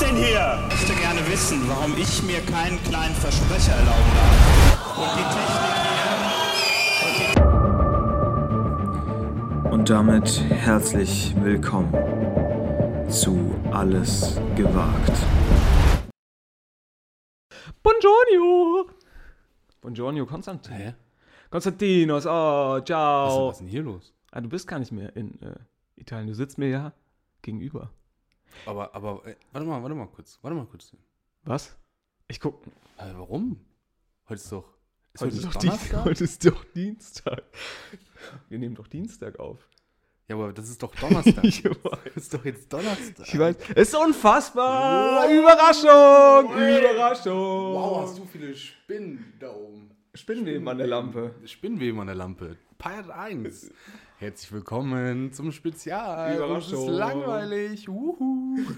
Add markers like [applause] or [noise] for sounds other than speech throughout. denn hier? Ich möchte gerne wissen, warum ich mir keinen kleinen Versprecher erlauben darf. Und die Technik hier. Und damit herzlich willkommen zu Alles gewagt. Buongiorno! Buongiorno, Konstantin. Hä? Konstantinos, oh, Was, ciao. was ist denn hier los? Ah, du bist gar nicht mehr in äh, Italien, du sitzt mir ja gegenüber. Aber, aber, äh, warte mal, warte mal kurz. Warte mal kurz. Was? Ich guck. Äh, warum? Heute ist doch. Ist Heute ist, doch nicht Dienstag. Donnerstag? heute ist doch Dienstag. Wir nehmen doch Dienstag auf. Ja, aber das ist doch [laughs] Donnerstag. Ich jetzt. weiß. ist doch jetzt Donnerstag. Ich weiß, es ist unfassbar! Überraschung! Überraschung! Wow, hast du viele Spinnen da oben. Spinnenweben an der Lampe. Spinnenweben an der Lampe. Part [laughs] 1. Herzlich willkommen zum Spezial. Oh, Überraschung. Es ist langweilig. Wuhu. [laughs]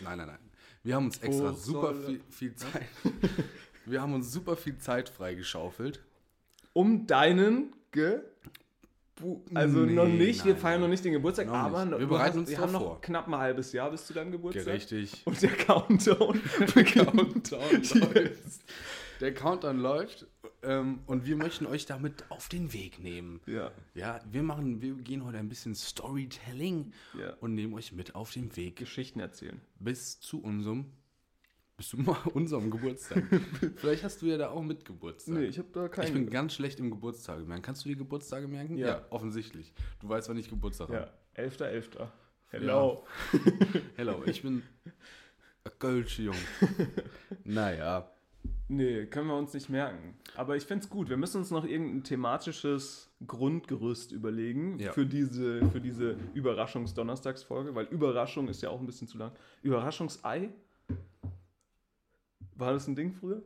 nein, nein, nein. Wir haben uns extra Wo super soll- viel, viel Zeit. [laughs] Wir haben uns super viel Zeit freigeschaufelt. Um deinen Ge Also noch nicht, wir feiern noch nicht den Geburtstag, Noch aber nicht. noch- Wir du bereiten hast- uns wir drauf haben noch vor. knapp ein halbes Jahr bis zu deinem Geburtstag. Richtig. [laughs] Und der Countdown [laughs] beginnt. läuft. Der Countdown läuft ähm, und wir möchten euch damit auf den Weg nehmen. Ja. Ja, wir machen, wir gehen heute ein bisschen Storytelling Ja. und nehmen euch mit auf den Weg Geschichten erzählen. bis zu unserem, bis zu [laughs] [laughs] unserem Geburtstag. Vielleicht hast du ja da auch mit Geburtstag. Nee, ich habe da ich keinen. bin ganz schlecht im Geburtstage merken. Kannst du die Geburtstage merken? Ja. offensichtlich. Du weißt, wann ich Geburtstag habe. ja, 11.11. Hello. Hello, [laughs] ich bin ein Kölsche Jung. naja. Nee, können wir uns nicht merken. Aber ich find's gut. Wir müssen uns noch irgendein thematisches Grundgerüst überlegen Ja. für diese, für diese Überraschungs-Donnerstagsfolge, weil Überraschung ist ja auch ein bisschen zu lang. Überraschungsei? War das ein Ding früher?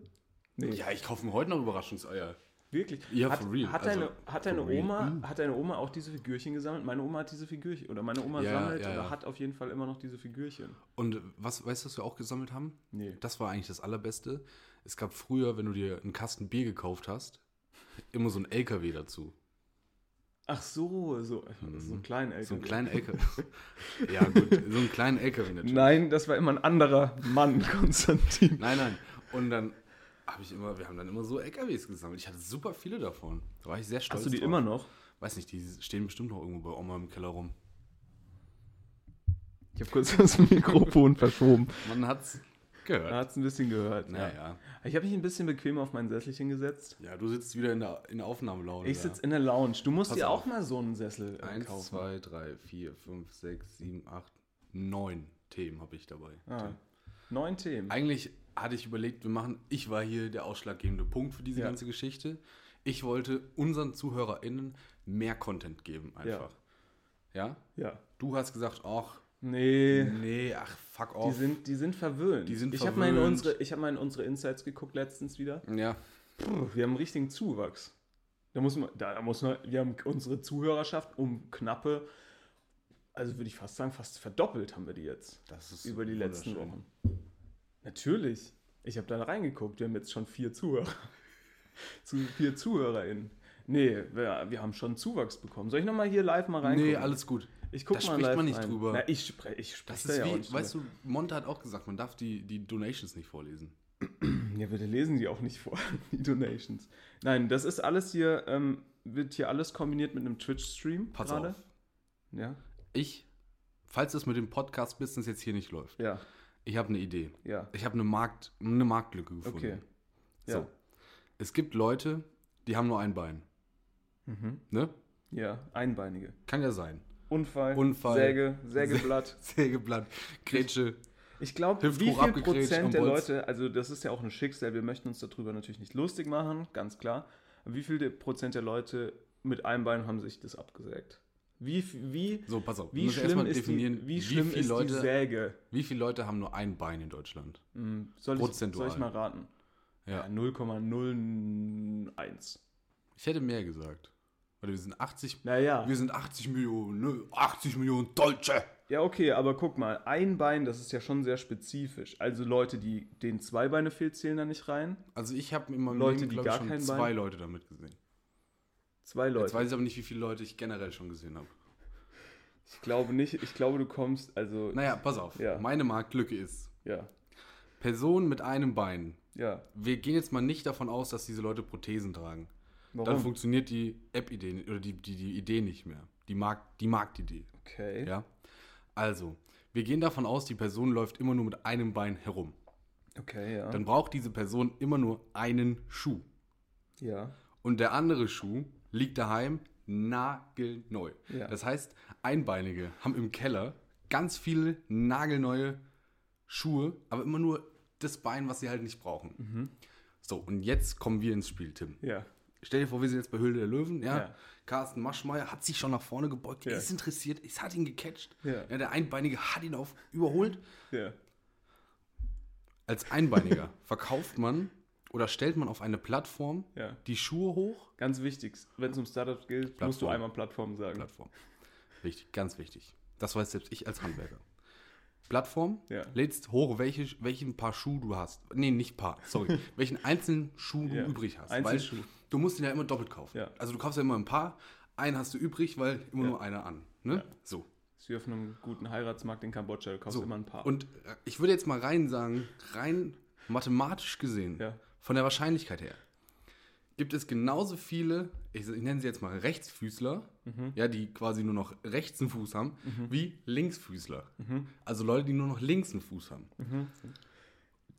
Nee. Ja, ich kaufe mir heute noch Überraschungseier. Wirklich? Ja, hat, for real. Hat Also, deine, hat for deine real. Mhm. Oma, hat deine Oma auch diese Figürchen gesammelt? Meine Oma hat diese Figürchen. Oder meine Oma Ja, sammelt ja, oder ja. hat auf jeden Fall immer noch diese Figürchen. Und was, weißt du, was wir auch gesammelt haben? Nee. Das war eigentlich das Allerbeste. Es gab früher, wenn du dir einen Kasten Bier gekauft hast, immer so einen LKW dazu. Ach so, so, so einen kleinen LKW. Mhm. So einen kleinen LKW. ja, gut, so einen kleinen LKW natürlich. Nein, das war immer ein anderer Mann, [laughs] Konstantin. Nein, nein. Und dann habe ich immer, wir haben dann immer so LKWs gesammelt. Ich hatte super viele davon. Da war ich sehr stolz. Hast du die drauf. immer noch? Weiß nicht, die stehen bestimmt noch irgendwo bei Oma im Keller rum. Ich habe kurz [laughs] das Mikrofon verschoben. Man hat's Man gehört. hat es ein bisschen gehört. Naja. Ich habe mich ein bisschen bequemer auf mein Sesselchen gesetzt. Ja, du sitzt wieder in der, in der Aufnahmelaune. Ich da. sitze in der Lounge. Du musst Oh Pass dir auch auf. mal so einen Sessel äh, 1, kaufen. 2, 3, 4, 5, 6, 7, 8, 9 Themen habe ich dabei. Ah, neun Themen. Eigentlich hatte ich überlegt, wir machen, ich war hier der ausschlaggebende Punkt für diese Ja. ganze Geschichte. Ich wollte unseren ZuhörerInnen mehr Content geben einfach. Ja? Ja. Du hast gesagt, ach, Nee. nee, ach, fuck Die off. sind, die sind verwöhnt. Die sind ich habe mal, in verwöhnt. unsere- ich hab mal in unsere Insights geguckt letztens wieder. ja, Puh, wir haben einen richtigen Zuwachs. Da muss man, da muss man, wir haben unsere Zuhörerschaft um knappe, also würde ich fast sagen, fast verdoppelt haben wir die jetzt das ist über die letzten wunderschön. Wochen. Natürlich. Ich habe da reingeguckt. Wir haben jetzt schon vier Zuhörer. [laughs] Zu vier ZuhörerInnen. Nee, wir, wir haben schon Zuwachs bekommen. Soll ich nochmal hier live mal reingucken? Nee, alles gut. Ich guck da mal spricht live man nicht rein. drüber. Na, ich spreche ich sprech Das da ist ja auch wie, nicht weißt drüber. du, Monte hat auch gesagt, man darf die, die Donations nicht vorlesen. Ja, bitte lesen die auch nicht vor, [laughs] die Donations. Nein, das ist alles hier, ähm, wird hier alles kombiniert mit einem Twitch-Stream Pass gerade. auf. Ja, Ich, falls es mit dem Podcast-Business jetzt hier nicht läuft, ja, ich habe eine Idee. ja. Ich habe eine, Markt, eine Marktlücke gefunden. Okay. So. Ja. Es gibt Leute, die haben nur ein Bein. Mhm. Ne? Ja, einbeinige. Kann ja sein. Unfall, Unfall. Säge, Sägeblatt. [laughs] Sägeblatt, Grätsche. Ich glaube, Hüfthoch wie viel abgegrätscht am Prozent der Bolz. Leute, also das ist ja auch ein Schicksal, wir möchten uns darüber natürlich nicht lustig machen, ganz klar. Aber wie viel der Prozent der Leute mit einem Bein haben sich das abgesägt? Wie, f- wie, So, pass auf. wir wie müssen schlimm erstmal ist die, wie schlimm viele ist die Leute, Säge? wie viele Leute haben nur ein Bein in Deutschland? Hm, Soll ich, soll Prozentual. ich mal raten? Ja. Ja, 0,01. Ich hätte mehr gesagt. Weil wir sind 80, Naja. wir sind 80 Millionen, ne? 80 Millionen Deutsche. Ja, okay, aber guck mal, ein Bein, das ist ja schon sehr spezifisch. Also Leute, die den zwei Beine fehlt, zählen da nicht rein. Also ich habe in meinem Leute, Leben, die glaub gar ich, kein schon Bein- zwei Leute damit gesehen. Zwei Jetzt Leute. weiß ich aber nicht, wie viele Leute ich generell schon gesehen habe. Ich glaube nicht, ich glaube, du kommst, also. Naja, pass auf. Ja. Meine Marktlücke ist, Ja, Personen mit einem Bein. ja. Wir gehen jetzt mal nicht davon aus, dass diese Leute Prothesen tragen. Dann Warum? funktioniert die App-Idee ni- oder die, die, die Idee nicht mehr. Die, Markt, die Marktidee. Okay. Ja? Also, wir gehen davon aus, die Person läuft immer nur mit einem Bein herum. Okay, ja. Dann braucht diese Person immer nur einen Schuh. ja. Und der andere Schuh liegt daheim nagelneu. Ja. Das heißt, Einbeinige haben im Keller ganz viele nagelneue Schuhe, aber immer nur das Bein, was sie halt nicht brauchen. Mhm. So, und jetzt kommen wir ins Spiel, Tim. Ja. Stell dir vor, wir sind jetzt bei Höhle der Löwen, ja. Ja. Carsten Maschmeyer hat sich schon nach vorne gebeugt, Ja. ist interessiert, es hat ihn gecatcht. Ja. der Einbeinige hat ihn auf überholt. Ja. Als Einbeiniger [laughs] verkauft man oder stellt man auf eine Plattform Ja. die Schuhe hoch Ganz wichtig, wenn es um Startup geht, musst du Plattform. einmal Plattform sagen. Plattform. Wichtig, ganz wichtig. Das weiß selbst ich als Handwerker. Plattform, Ja. lädst hoch, welche, welchen Paar Schuh du hast. Nee, nicht Paar, [laughs] sorry. welchen einzelnen Schuh Ja, du übrig hast. Einzelschuh. Weil du musst ihn ja immer doppelt kaufen. Ja. Also du kaufst ja immer ein Paar, einen hast du übrig, weil immer nur einer an. Ne? Ja. So. Das ist wie auf einem guten Heiratsmarkt in Kambodscha, du kaufst so. immer ein paar. Und äh, ich würde jetzt mal rein sagen, rein mathematisch gesehen, Ja. von der Wahrscheinlichkeit her, gibt es genauso viele, ich, ich nenne sie jetzt mal Rechtsfüßler, Mhm. ja, die quasi nur noch rechts einen Fuß haben, wie Linksfüßler. Mhm. Also Leute, die nur noch links einen Fuß haben.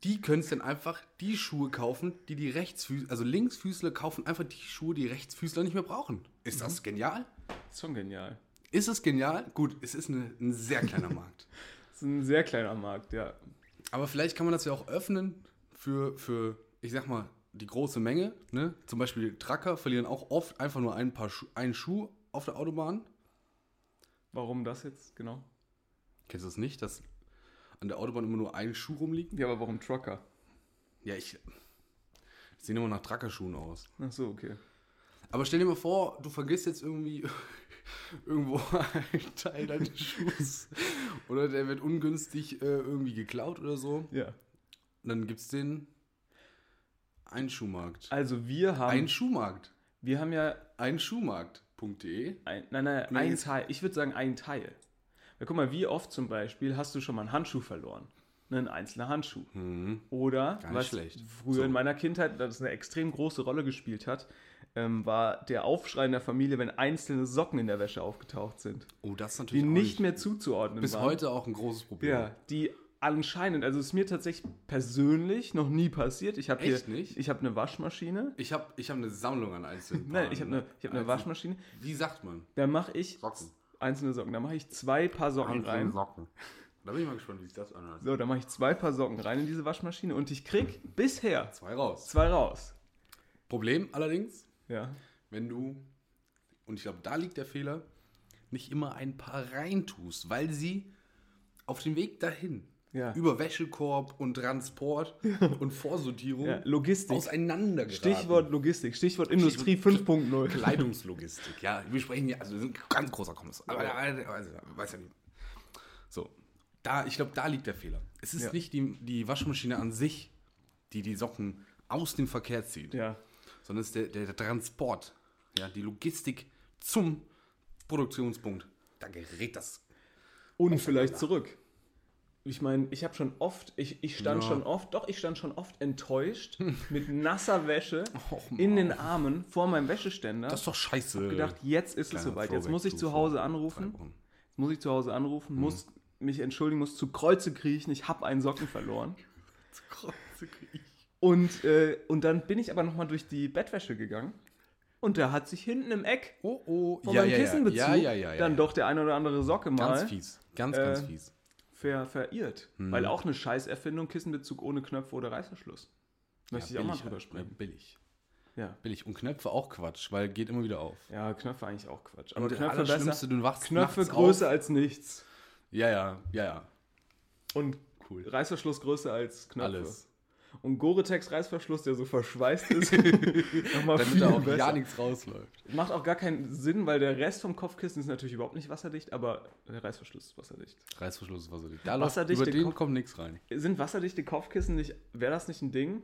Die können es dann einfach die Schuhe kaufen, die die Rechtsfüßler, also Linksfüßler kaufen einfach die Schuhe, die Rechtsfüßler nicht mehr brauchen. Mhm. Ist das genial? Das ist schon genial. Ist es genial? Gut, es ist eine, ein sehr [laughs] kleiner Markt. Das ist ein sehr kleiner Markt, ja. Aber vielleicht kann man das ja auch öffnen für, für ich sag mal, die große Menge. Ne? Zum Beispiel Trucker verlieren auch oft einfach nur ein paar Schu einen Schuh auf der Autobahn. Warum das jetzt, genau? Kennst du das nicht, dass an der Autobahn immer nur ein Schuh rumliegt? Ja, aber warum Trucker? Ja, ich. Das sehen immer nach Truckerschuhen aus. Ach so, okay. Aber stell dir mal vor, du vergisst jetzt irgendwie [laughs] irgendwo einen Teil deines Schuhs. Oder der wird ungünstig äh, irgendwie geklaut oder so. Ja. Und dann gibt's den Einschuhmarkt. Also wir haben, Ein Schuhmarkt. wir haben ja, einschuhmarkt.de. ein, nein, nein, Nein, ein jetzt- Teil, ich würde sagen ein Teil. Weil guck mal, wie oft zum Beispiel hast du schon mal einen Handschuh verloren? Einen einzelnen Handschuh. Mhm. Oder, nicht was schlecht. früher So. in meiner Kindheit das eine extrem große Rolle gespielt hat, ähm, war der Aufschrei in der Familie, wenn einzelne Socken in der Wäsche aufgetaucht sind. Oh, das ist die natürlich auch nicht mehr zuzuordnen bis waren. heute auch ein großes Problem. Ja, die anscheinend, also ist mir tatsächlich persönlich noch nie passiert. Ich habe hier, Echt nicht? ich habe eine Waschmaschine. Ich habe ich hab eine Sammlung an einzelnen [laughs] Nein, Paaren, ich habe eine, ne? ich hab eine Einzel- Waschmaschine. Wie sagt man? Da mache ich Socken. einzelne Socken. Da mache ich zwei Paar Socken rein. Socken. Da bin ich mal gespannt, wie sich das anhört. So, da mache ich zwei Paar Socken rein in diese Waschmaschine und ich krieg bisher Zwei raus. zwei raus. Problem allerdings, Ja. wenn du, und ich glaube, da liegt der Fehler, nicht immer ein paar reintust, weil sie auf dem Weg dahin Ja. über Wäschekorb [laughs] und Transport und Vorsortierung ja. Logistik. auseinandergeraten. Stichwort Logistik, Stichwort Industrie 5.0. Kleidungslogistik, ja. Wir sprechen hier, also wir sind ein ganz großer Kommissar. Aber also, weiß ja nicht. So, da, ich glaube, da liegt der Fehler. Es ist Ja. nicht die, die Waschmaschine an sich, die die Socken aus dem Verkehr zieht, Ja. sondern es ist der, der, der Transport, ja, die Logistik zum Produktionspunkt. Da gerät das. Und vielleicht zurück. Ich meine, ich habe schon oft, ich, ich stand Ja. Hm. schon oft, doch, ich stand schon oft enttäuscht mit nasser [laughs] Wäsche Oh Mann. in den Armen vor meinem Wäscheständer. Das ist doch scheiße. Ich gedacht, jetzt ist es Kleiner soweit. Jetzt Throwback muss ich zu zu vor Hause Drei anrufen. Wochen. Jetzt muss ich zu Hause anrufen, Hm. muss mich entschuldigen, muss zu Kreuze kriechen. Ich habe einen Socken [laughs] verloren. Und, äh, und dann bin ich aber nochmal durch die Bettwäsche gegangen. Und da hat sich hinten im Eck Oh, oh, von ja, meinem ja, Kissenbezug ja, ja, ja, ja, dann ja. doch der eine oder andere Socke mal Ganz fies. Ganz, ganz Äh, fies. ver verirrt. Hm. Weil auch eine Scheißerfindung, Kissenbezug ohne Knöpfe oder Reißverschluss. Möchte ich auch mal halt, drüber ne? sprechen. Billig. Ja. Billig. Und Knöpfe auch Quatsch, weil geht immer wieder auf. ja, Knöpfe eigentlich auch Quatsch. Aber Und das Knöpfe besser. Allerschlimmste, du wachst Knöpfe nachts größer Auf. als nichts. Ja, ja, ja, ja. Und Cool. Reißverschluss größer als Knöpfe. Alles. Und Gore-Tex-Reißverschluss, der so verschweißt [laughs] ist, nochmal Damit viel da auch besser. ja nichts rausläuft. Macht auch gar keinen Sinn, weil der Rest vom Kopfkissen ist natürlich überhaupt nicht wasserdicht, aber der Reißverschluss ist wasserdicht. Reißverschluss ist wasserdicht. Da läuft, Wasserdichte über den Kopf- kommt nichts rein. Sind wasserdichte Kopfkissen nicht, wäre das nicht ein Ding?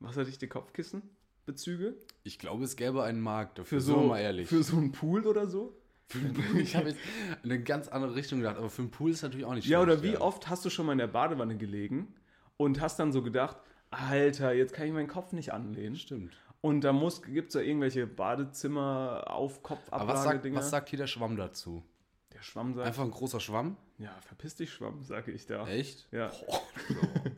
Wasserdichte Kopfkissen? Bezüge? Ich glaube, es gäbe einen Markt dafür. Für sind so, wir mal ehrlich. für so einen Pool oder so? [laughs] Ich habe jetzt in eine ganz andere Richtung gedacht, aber für einen Pool ist natürlich auch nicht schlecht. Ja, oder wie oft hast du schon mal in der Badewanne gelegen und hast dann so gedacht, Alter, jetzt kann ich meinen Kopf nicht anlehnen. Stimmt. Und da muss, gibt es da irgendwelche Badezimmer auf Kopf Aber was sagt, was sagt hier der Schwamm dazu? Der Schwamm sagt, Einfach ein großer Schwamm? ja, verpiss dich Schwamm, sage ich da. Echt? Ja. Boah, [laughs] so,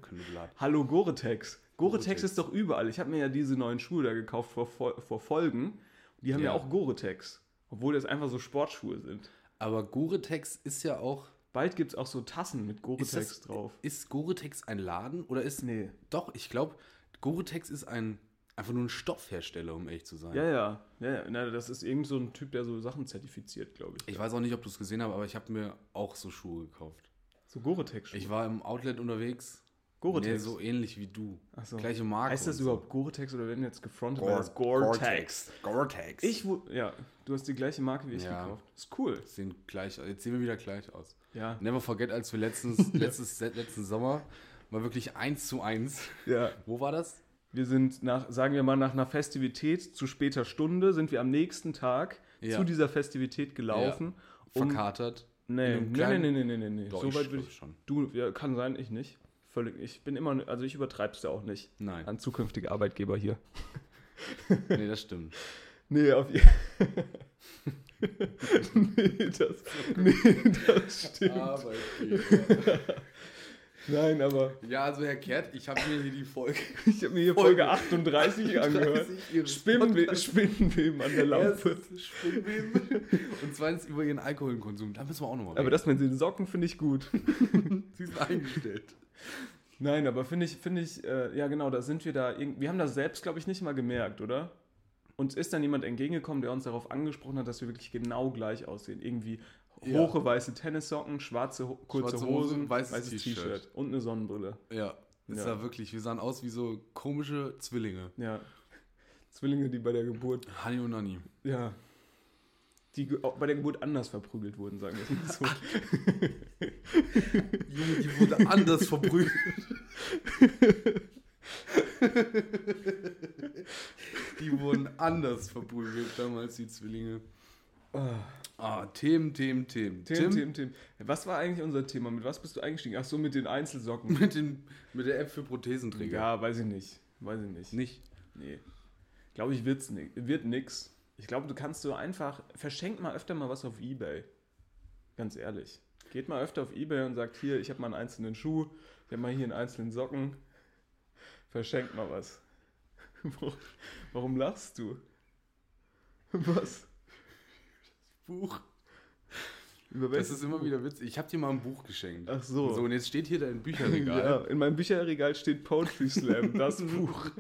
Knüppelart. Hallo Gore-Tex. Gore-Tex Gore-Tex. ist doch überall. Ich habe mir ja diese neuen Schuhe da gekauft vor, Fol- vor Folgen. Die haben ja, Ja. auch Gore-Tex, obwohl das einfach so Sportschuhe sind. Aber Gore-Tex ist ja auch. Bald gibt es auch so Tassen mit Ist, Gore-Tex das, drauf. ist Gore-Tex ein Laden oder ist. Nee. Doch, ich glaube, Gore-Tex ist ein, einfach nur ein Stoffhersteller, um ehrlich zu sein. Ja, ja, ja, ja. Na, das ist irgend so ein Typ, der so Sachen zertifiziert, glaube ich. Ich weiß auch nicht, ob du es gesehen hast, aber ich habe mir auch so Schuhe gekauft. So Gore-Tex. Ich war im Outlet unterwegs. Gore-Tex. Nee, so ähnlich wie du. Ach so. Gleiche Marke. Heißt das und so. überhaupt Gore-Tex oder werden jetzt gefrontet? weil Gore- das Gore-Tex. Gore-Tex. Ich, wu- ja, du hast die gleiche Marke wie ich Ja. gekauft. Ist cool. Sehen gleich, jetzt sehen wir wieder gleich aus. Ja. Never forget, als [laughs] wir letztens, letztes, letzten Sommer mal wirklich eins zu eins. Ja. Wo war das? Wir sind nach, sagen wir mal, nach einer Festivität zu später Stunde sind wir am nächsten Tag Ja. zu dieser Festivität gelaufen. um- Verkatert. Nee, einem nee, nee, kleinen- nee, nee, nee, nee, nee. Doch, So ich weit würde glaub ich. schon. Du, ja, kann sein, ich nicht. Völlig, ich bin immer, also ich übertreib's ja auch nicht. Nein. An zukünftige Arbeitgeber hier. Nee, [laughs] das stimmt. Nee, auf ihr. [laughs] nee, das, nee, das stimmt. Ah. Nein, aber ja, also Herr Kehrt, ich habe mir hier die Folge. ich habe mir hier Folge 38 angehört. ihres Spinnenwe Spinnenweben an der Lampe. Erstens Spinnweben [laughs] und zweitens über ihren Alkoholkonsum. Da müssen wir auch nochmal Aber das mit den Socken finde ich gut. Sie ist eingestellt. Nein, aber finde ich, finde ich, äh, ja genau, da sind wir da, irgend- wir haben das selbst, glaube ich, nicht mal gemerkt, oder? Uns ist dann jemand entgegengekommen, der uns darauf angesprochen hat, dass wir wirklich genau gleich aussehen. Irgendwie Ja. hohe weiße Tennissocken, schwarze ho kurze Schwarze Hose, Hosen, weißes T-Shirt. und eine Sonnenbrille. Ja, es Ja. war wirklich, wir sahen aus wie so komische Zwillinge. Ja. Zwillinge, die bei der Geburt, Hani und Nani. ja, die ge- auch bei der Geburt anders verprügelt wurden, sagen wir es [laughs] mal so. Junge, die wurde anders verbrüht. [laughs] die wurden anders verprügelt damals, die Zwillinge. Ah, Themen, Themen, Themen. Tim, Tim, Tim. Was war eigentlich unser Thema? Mit was bist du eingestiegen? Ach so, mit den Einzelsocken. [laughs] Mit, den, mit der App für Prothesenträger. Ja, weiß ich nicht. Weiß ich nicht. Nicht. Nee. Glaube ich, wird's ni wird nix. Ich glaube, du kannst so einfach, verschenk mal öfter mal was auf Ebay. Ganz ehrlich. Geht mal öfter auf Ebay und sagt, hier, ich habe mal einen einzelnen Schuh, ich habe mal hier einen einzelnen Socken. Verschenk mal was. [laughs] Warum- Warum lachst du? [laughs] Was? Buch. Über Das welches? ist immer wieder witzig. Ich habe dir mal ein Buch geschenkt. Ach so. So, und jetzt steht hier dein Bücherregal. [laughs] ja, in meinem Bücherregal steht Poetry [laughs] Slam, das Buch. [laughs]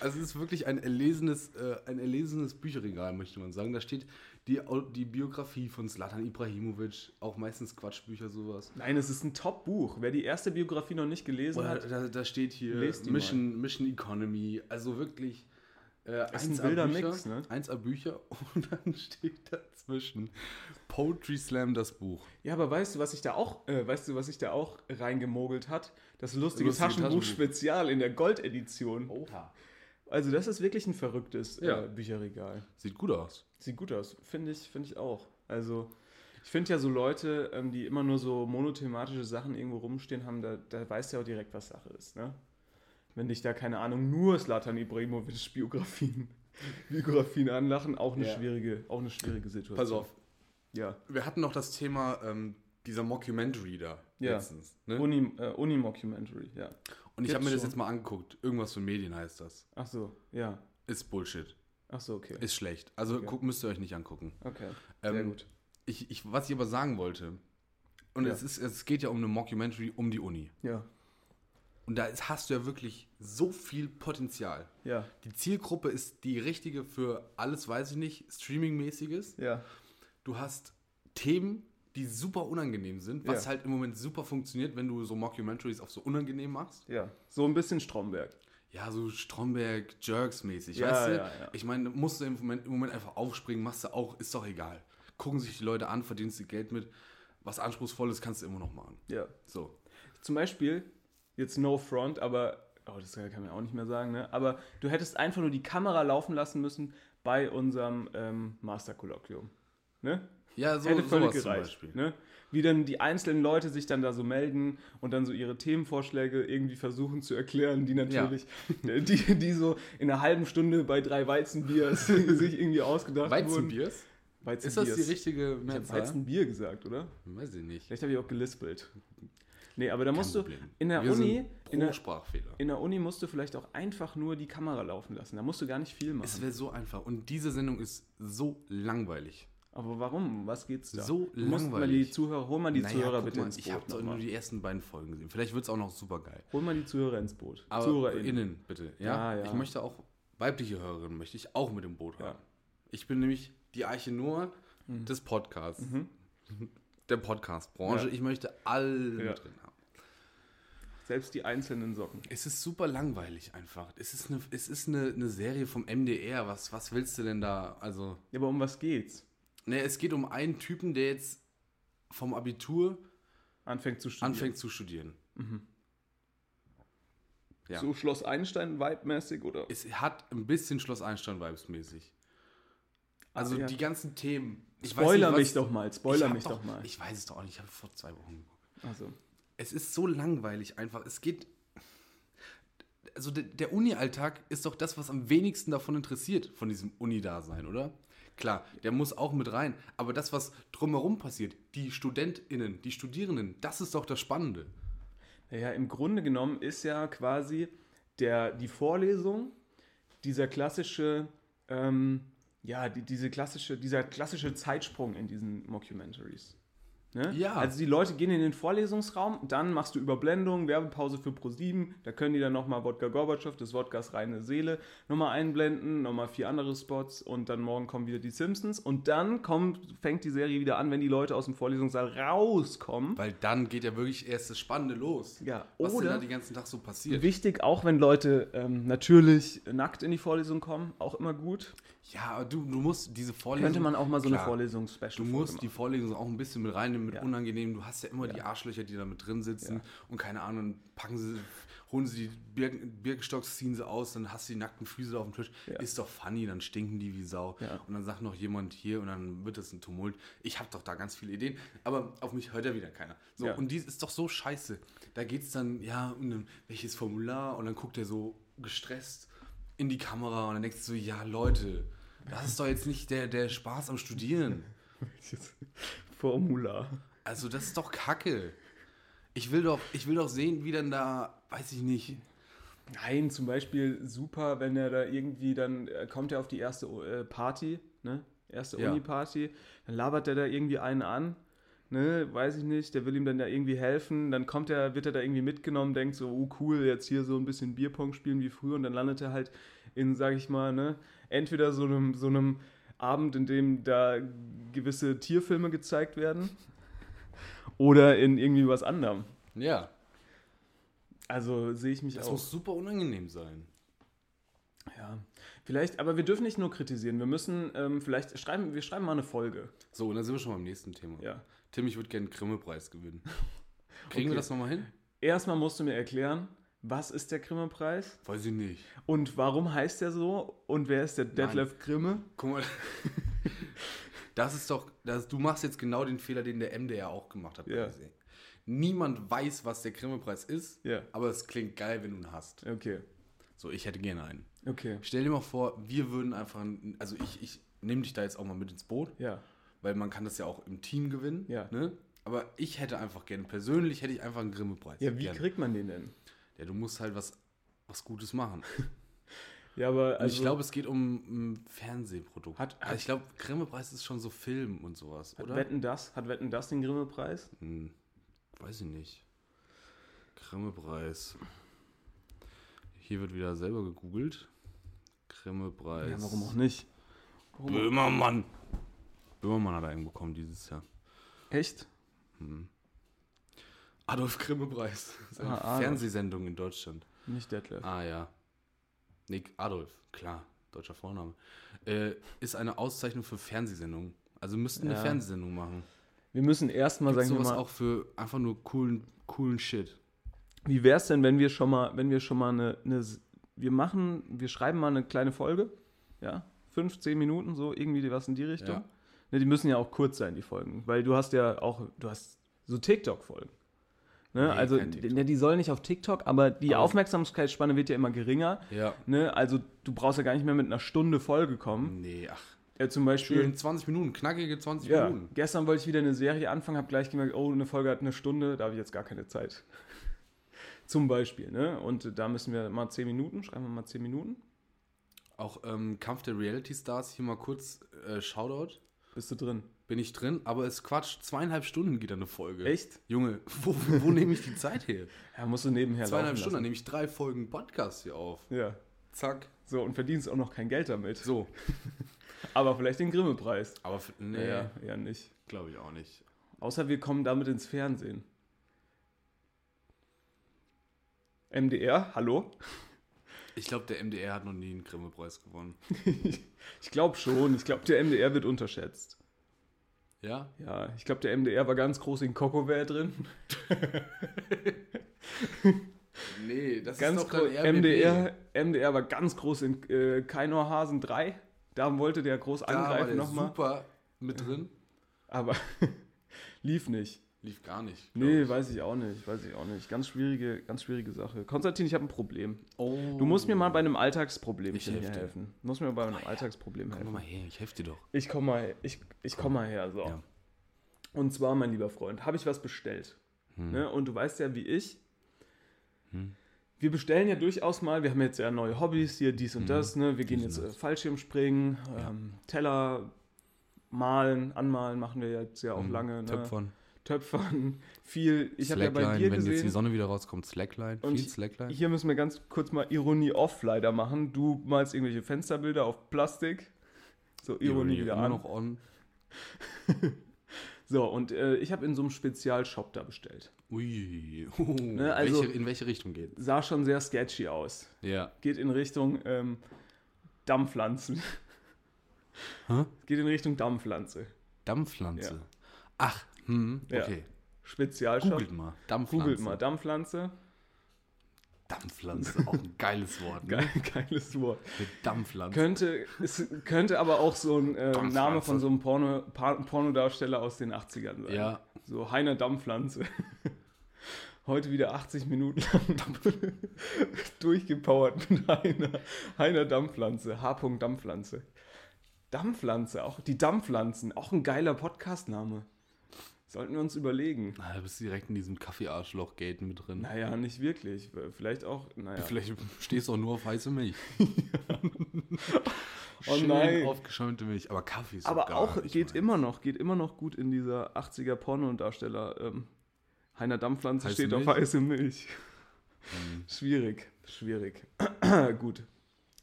Also es ist wirklich ein erlesenes, äh, ein erlesenes Bücherregal, möchte man sagen. Da steht die, Au- die Biografie von Slatan Ibrahimovic, auch meistens Quatschbücher, sowas. Nein, es ist ein Top-Buch. Wer die erste Biografie noch nicht gelesen Oder hat, da, da steht hier halt- Lest die Mission, Mission Economy, also wirklich äh, Ist ein 1A wilder Bücher, Mix, ne? 1A Bücher [laughs] und dann steht dazwischen Poetry Slam, das Buch. Ja, aber weißt du, was ich da auch, äh, weißt du, was ich da auch reingemogelt hat? Das lustige, Lustige Taschenbuch Taschenbuch. Spezial in der Goldedition. Oha. Also das ist wirklich ein verrücktes Ja. äh, Bücherregal. Sieht gut aus. Sieht gut aus, finde ich, finde ich auch. Also ich finde ja so Leute, ähm, die immer nur so monothematische Sachen irgendwo rumstehen haben, da, da weißt du ja auch direkt, was Sache ist, ne? Wenn dich da, keine Ahnung, nur Slatan Ibrahimovic Biografien, [laughs] Biografien anlachen, auch eine Ja. schwierige, auch eine schwierige Situation. Pass auf, Ja. wir hatten noch das Thema ähm, dieser Mockumentary da Ja. letztens. Ne? Und, Uni, äh, Uni-Mockumentary, ja. ich habe gibt's mir das schon. jetzt mal angeguckt. Irgendwas von Medien heißt das. Ach so, ja. Ist Bullshit. Ach so, okay. Ist schlecht. Also guck, müsst ihr euch nicht angucken. Okay, Ähm, sehr gut. Ich, ich, was ich aber sagen wollte, und Ja. es, ist, es geht ja um eine Mockumentary um die Uni. Ja, Und da ist, hast du ja wirklich so viel Potenzial. ja, Die Zielgruppe ist die richtige für alles, weiß ich nicht, Streaming-mäßiges. ja, Du hast Themen, die super unangenehm sind, was Ja. halt im Moment super funktioniert, wenn du so Mockumentaries auf so unangenehm machst. ja. So ein bisschen Stromberg. Ja, so Stromberg, Jerks-mäßig, Ja, weißt du? ja, ja. Ich meine, musst du im Moment, im Moment einfach aufspringen, machst du auch, ist doch egal. Gucken sich die Leute an, verdienst du Geld mit. Was Anspruchsvolles kannst du immer noch machen. Ja. So. Zum Beispiel, jetzt no front, aber, oh, das kann man ja auch nicht mehr sagen, ne? Aber du hättest einfach nur die Kamera laufen lassen müssen bei unserem ähm, Masterkolloquium. Ne? Ja, so, Hätte völlig sowas zum gereicht. Beispiel. Ne? Wie dann die einzelnen Leute sich dann da so melden und dann so ihre Themenvorschläge irgendwie versuchen zu erklären, die natürlich, [laughs] die, die so in einer halben Stunde bei drei [laughs] Weizenbiers sich irgendwie ausgedacht wurden. Weizenbiers? Weizenbier. Ist das die richtige Ich habe Mehrzahl? Weizenbier gesagt, oder? Weiß ich nicht. Vielleicht habe ich auch gelispelt. Nee, aber da musst du Problem. in der Wir Uni, sind pro in der, Sprachfehler. in der Uni musst du vielleicht auch einfach nur die Kamera laufen lassen. Da musst du gar nicht viel machen. Es wäre so einfach. Und diese Sendung ist so langweilig. aber warum? Was geht's da? So Du musst Mal die langweilig. Zuhörer, hol mal die Naja, Zuhörer guck bitte mal, ins Boot. Ich habe noch mal. nur die ersten beiden Folgen gesehen. Vielleicht wird es auch noch super geil. Hol mal die Zuhörer ins Boot. Aber ZuhörerInnen. innen, bitte. Ja? Ja, ja. Ich möchte auch weibliche Hörerinnen möchte ich auch mit dem Boot Ja. Mhm. haben. Ich bin nämlich die Arche Noah des Podcasts. [laughs] Der Podcast-Branche. Ja. Ich möchte alle Ja. mit drin haben. Selbst die einzelnen Socken. Es ist super langweilig einfach. Es ist eine, es ist eine, eine Serie vom MDR. Was, was willst du denn da? Also, Ja, aber um was geht's? ne, es geht um einen Typen, der jetzt vom Abitur Anfängt zu studieren. anfängt zu studieren. Ja. So Schloss Einstein vibe-mäßig oder? Es hat ein bisschen Schloss Einstein-Vibes mäßig. Also Ja. die ganzen Themen. Ich weiß Spoiler nicht, was- mich doch mal, spoiler ich hab mich doch, mal. Ich weiß es doch auch nicht. Ich habe vor zwei Wochen geguckt. also, Es ist so langweilig einfach. Es geht. Also der, der Uni-Alltag ist doch das, was am wenigsten davon interessiert, von diesem Uni-Dasein, oder? Klar, der muss auch mit rein. Aber das, was drumherum passiert, die StudentInnen, die Studierenden, das ist doch das Spannende. ja, im Grunde genommen ist ja quasi der, die Vorlesung dieser klassische, ähm, ja, die, diese klassische, dieser klassische Zeitsprung in diesen Mockumentaries. Ne? Ja. Also die Leute gehen in den Vorlesungsraum, dann machst du Überblendung, Werbepause für Pro7, da können die dann nochmal Wodka Gorbatschow, des Wodkas reine Seele, nochmal einblenden, nochmal vier andere Spots und dann morgen kommen wieder die Simpsons und dann kommt, fängt die Serie wieder an, wenn die Leute aus dem Vorlesungssaal rauskommen. Weil dann geht ja wirklich erst das Spannende los. Ja, was denn oder- da den ganzen Tag so passiert. Wichtig, auch wenn Leute ähm, natürlich nackt in die Vorlesung kommen, auch immer gut. Ja, aber du, du musst diese Vorlesung. Könnte man auch mal so eine Also, Klar, Vorlesungsspecial Du musst die Vorlesung auch ein bisschen mit reinnehmen, mit Ja. unangenehm. Du hast ja immer die Arschlöcher, die da mit drin sitzen und keine Ahnung, packen sie, holen sie die Birken, Birkenstocks, ziehen sie aus, dann hast du die nackten Füße auf dem Tisch. Ist doch funny, dann stinken die wie Sau. Ja. Und dann sagt noch jemand hier und dann wird das ein Tumult. Ich habe doch da ganz viele Ideen, aber auf mich hört ja wieder keiner. So, Ja. und die ist doch so scheiße. Da geht's dann, ja, um dann, welches Formular und dann guckt er so gestresst in die Kamera und dann denkst du so, ja, Leute, das ist doch jetzt nicht der, der Spaß am Studieren. [laughs] Formular. Also das ist doch Kacke. Ich will doch, ich will doch sehen, wie dann da, weiß ich nicht. Nein, zum Beispiel super, wenn er da irgendwie dann äh, kommt er auf die erste äh, Party, ne? Erste Ja. Uni-Party, dann labert er da irgendwie einen an, ne? Weiß ich nicht, der will ihm dann da irgendwie helfen, dann kommt er, wird er da irgendwie mitgenommen, denkt so, oh cool, jetzt hier so ein bisschen Bierpong spielen wie früher und dann landet er halt in, sag ich mal, ne? Entweder so einem, so einem Abend, in dem da gewisse Tierfilme gezeigt [laughs] werden oder in irgendwie was anderem. Ja. Also sehe ich mich Das auch. muss super unangenehm sein. Ja, vielleicht, aber wir dürfen nicht nur kritisieren. Wir müssen ähm, vielleicht schreiben, wir schreiben mal eine Folge. So, und dann sind wir schon beim nächsten Thema. Ja. Tim, ich würde gerne einen Grimme-Preis gewinnen. Kriegen wir Okay. das nochmal hin? Erstmal musst du mir erklären, was ist der Grimme-Preis Weiß ich nicht. und warum heißt der so und wer ist der Detlef Grimme? Guck mal. [laughs] Das ist doch, das, du machst jetzt genau den Fehler, den der MDR auch gemacht hat. bei Ja. der Serie. Niemand weiß, was der Grimme-Preis ist, Ja. aber es klingt geil, wenn du ihn hast. Okay, So, ich hätte gerne einen. okay. Stell dir mal vor, wir würden einfach, ein- also ich, ich nehme dich da jetzt auch mal mit ins Boot. Ja, weil man kann das ja auch im Team gewinnen. Ja. Ne? Aber ich hätte einfach gerne, persönlich hätte ich einfach einen Grimme-Preis. ja wie gerne. kriegt man den denn? Ja, du musst halt was, was Gutes machen. Ja, aber Und also, ich glaube, es geht um ein Fernsehprodukt. Hat- also ich glaube, Grimme-Preis ist schon so Film und sowas, hat oder? Wetten das, hat Wetten das den Grimme-Preis? Hm, weiß ich nicht. Grimme-Preis. Hier wird wieder selber gegoogelt. Grimme-Preis. Ja, warum auch nicht? Böhmermann. Böhmermann hat einen bekommen dieses Jahr. Echt? Adolf Grimme-Preis. Das ist eine Ah, Adolf. Fernsehsendung in Deutschland. Nicht Detlef. Ah ja. Nick Adolf, klar, deutscher Vorname. Äh, ist eine Auszeichnung für Fernsehsendungen. Also müssten eine Ja. Fernsehsendung machen. Wir müssen erstmal Gibt's sagen, wir sowas mal, auch für einfach nur coolen, coolen Shit. wie wär's denn, wenn wir schon mal, wenn wir schon mal eine, eine S- wir machen, wir schreiben mal eine kleine Folge, ja, fünf, zehn Minuten, so irgendwie was in die Richtung. Ja. Ne, die müssen ja auch kurz sein, die Folgen. Weil du hast ja auch, du hast so TikTok-Folgen. Ne? also kein TikTok. ne, die sollen nicht auf TikTok, aber die Aufmerksamkeitsspanne wird ja immer geringer. Ja. Ne, also du brauchst ja gar nicht mehr mit einer Stunde Folge kommen. Nee, ach. Äh, zum Beispiel, Mhm. Schön 20 Minuten, knackige 20 ja, Minuten. gestern wollte ich wieder eine Serie anfangen, habe gleich gemerkt, oh, eine Folge hat eine Stunde, da habe ich jetzt gar keine Zeit. [laughs] zum Beispiel, ne? Und da müssen wir mal 10 Minuten, schreiben wir mal 10 Minuten. Auch ähm, Kampf der Reality Stars, hier mal kurz äh, Shoutout. Bist du drin? Bin ich drin, aber es Quatsch, zweieinhalb Stunden geht da eine Folge. Echt? Junge, wo, wo nehme ich die Zeit [laughs] her? Ja, musst du nebenher Zweieinhalb laufen Stunden, lassen. dann nehme ich drei Folgen Podcast hier auf. Ja. Zack. So, und verdienst auch noch kein Geld damit. So. [laughs] Aber vielleicht den Grimme-Preis. Aber f- nee, Naja, eher nicht. glaube ich auch nicht. Außer wir kommen damit ins Fernsehen. MDR, hallo? [laughs] Ich glaube, der MDR hat noch nie einen Grimme-Preis gewonnen. Ich glaube schon. Ich glaube, der MDR wird unterschätzt. Ja? Ja, ich glaube, der MDR war ganz groß in Kokoware drin. Nee, das Ganz groß. MDR, MDR war ganz groß in äh, Kainor Hasen 3. Da wollte der groß Da war angreifen der nochmal. super mit drin. Aber [laughs] lief nicht. [laughs] Lief gar nicht. glaub Nee, ich. weiß ich auch nicht, weiß ich auch nicht. Ganz schwierige, ganz schwierige Sache. Konstantin, ich habe ein Problem. Oh. Du musst mir mal bei einem Alltagsproblem Ich hier helf dir. helfen. Du musst mir bei einem Alltagsproblem Komm helfen. mal her, ich helfe dir doch. Ich komme mal, ich, ich komm mal her, so. Ja. Und zwar, mein lieber Freund, habe ich was bestellt. Hm. Ne? Und du weißt ja, wie ich. Wir bestellen ja durchaus mal, wir haben jetzt ja neue Hobbys, hier dies Hm. und das, ne? Wir gehen jetzt äh, Fallschirmspringen, ähm, Teller malen, anmalen machen wir jetzt ja auch lange. Ne? Hm. Töpfern. Töpfern, viel. Ich habe ja Slackline, bei dir wenn jetzt die gesehen. Sonne wieder rauskommt, Slackline. Und viel Slackline. hier müssen wir ganz kurz mal Ironie off leider machen. Du malst irgendwelche Fensterbilder auf Plastik. So Ironie, wieder immer an. noch on. So, und äh, ich habe in so einem Spezialshop da bestellt. Ui. Ne, also- welche, in welche Richtung geht? Sah schon sehr sketchy aus. Ja. Geht in Richtung ähm, Dampfpflanzen. Hä? Geht in Richtung Dampfpflanze. Dampfpflanze. Ja. Ach, hm, Ja. okay. Spezialshop. Googelt mal. Dampfpflanze. Googelt mal Dampfpflanze. Dampfpflanze, auch ein geiles Wort. Ne? Geil, [laughs] geiles Wort. Eine Dampfpflanze. Könnte, es könnte aber auch so ein äh, Dampfpflanze. Name von so einem Porno, Pa- Pornodarsteller aus den 80ern sein. Ja. So Heiner Dampfpflanze. [laughs] Heute wieder 80 Minuten lang [laughs] durchgepowert mit Heiner, Heiner Dampfpflanze, H. Dampfpflanze. Dampfpflanze, auch die Dampfpflanzen, auch ein geiler Podcastname. Sollten wir uns überlegen. Na, du bist direkt in diesem Kaffee-Arschloch-Gate mit drin. Naja, nicht wirklich. Vielleicht auch, naja. Vielleicht stehst du auch nur auf [laughs] heiße Milch. Oh Schön nein. aufgeschäumte Milch. Aber Kaffee ist doch Aber gar auch nicht geht mein. immer noch, geht immer noch gut in dieser 80er Pornodarsteller. Ähm, Heiner Dampfpflanze Heiße steht auf Milch? Ähm. heiße Milch. [laughs] schwierig, schwierig. [clears throat] gut.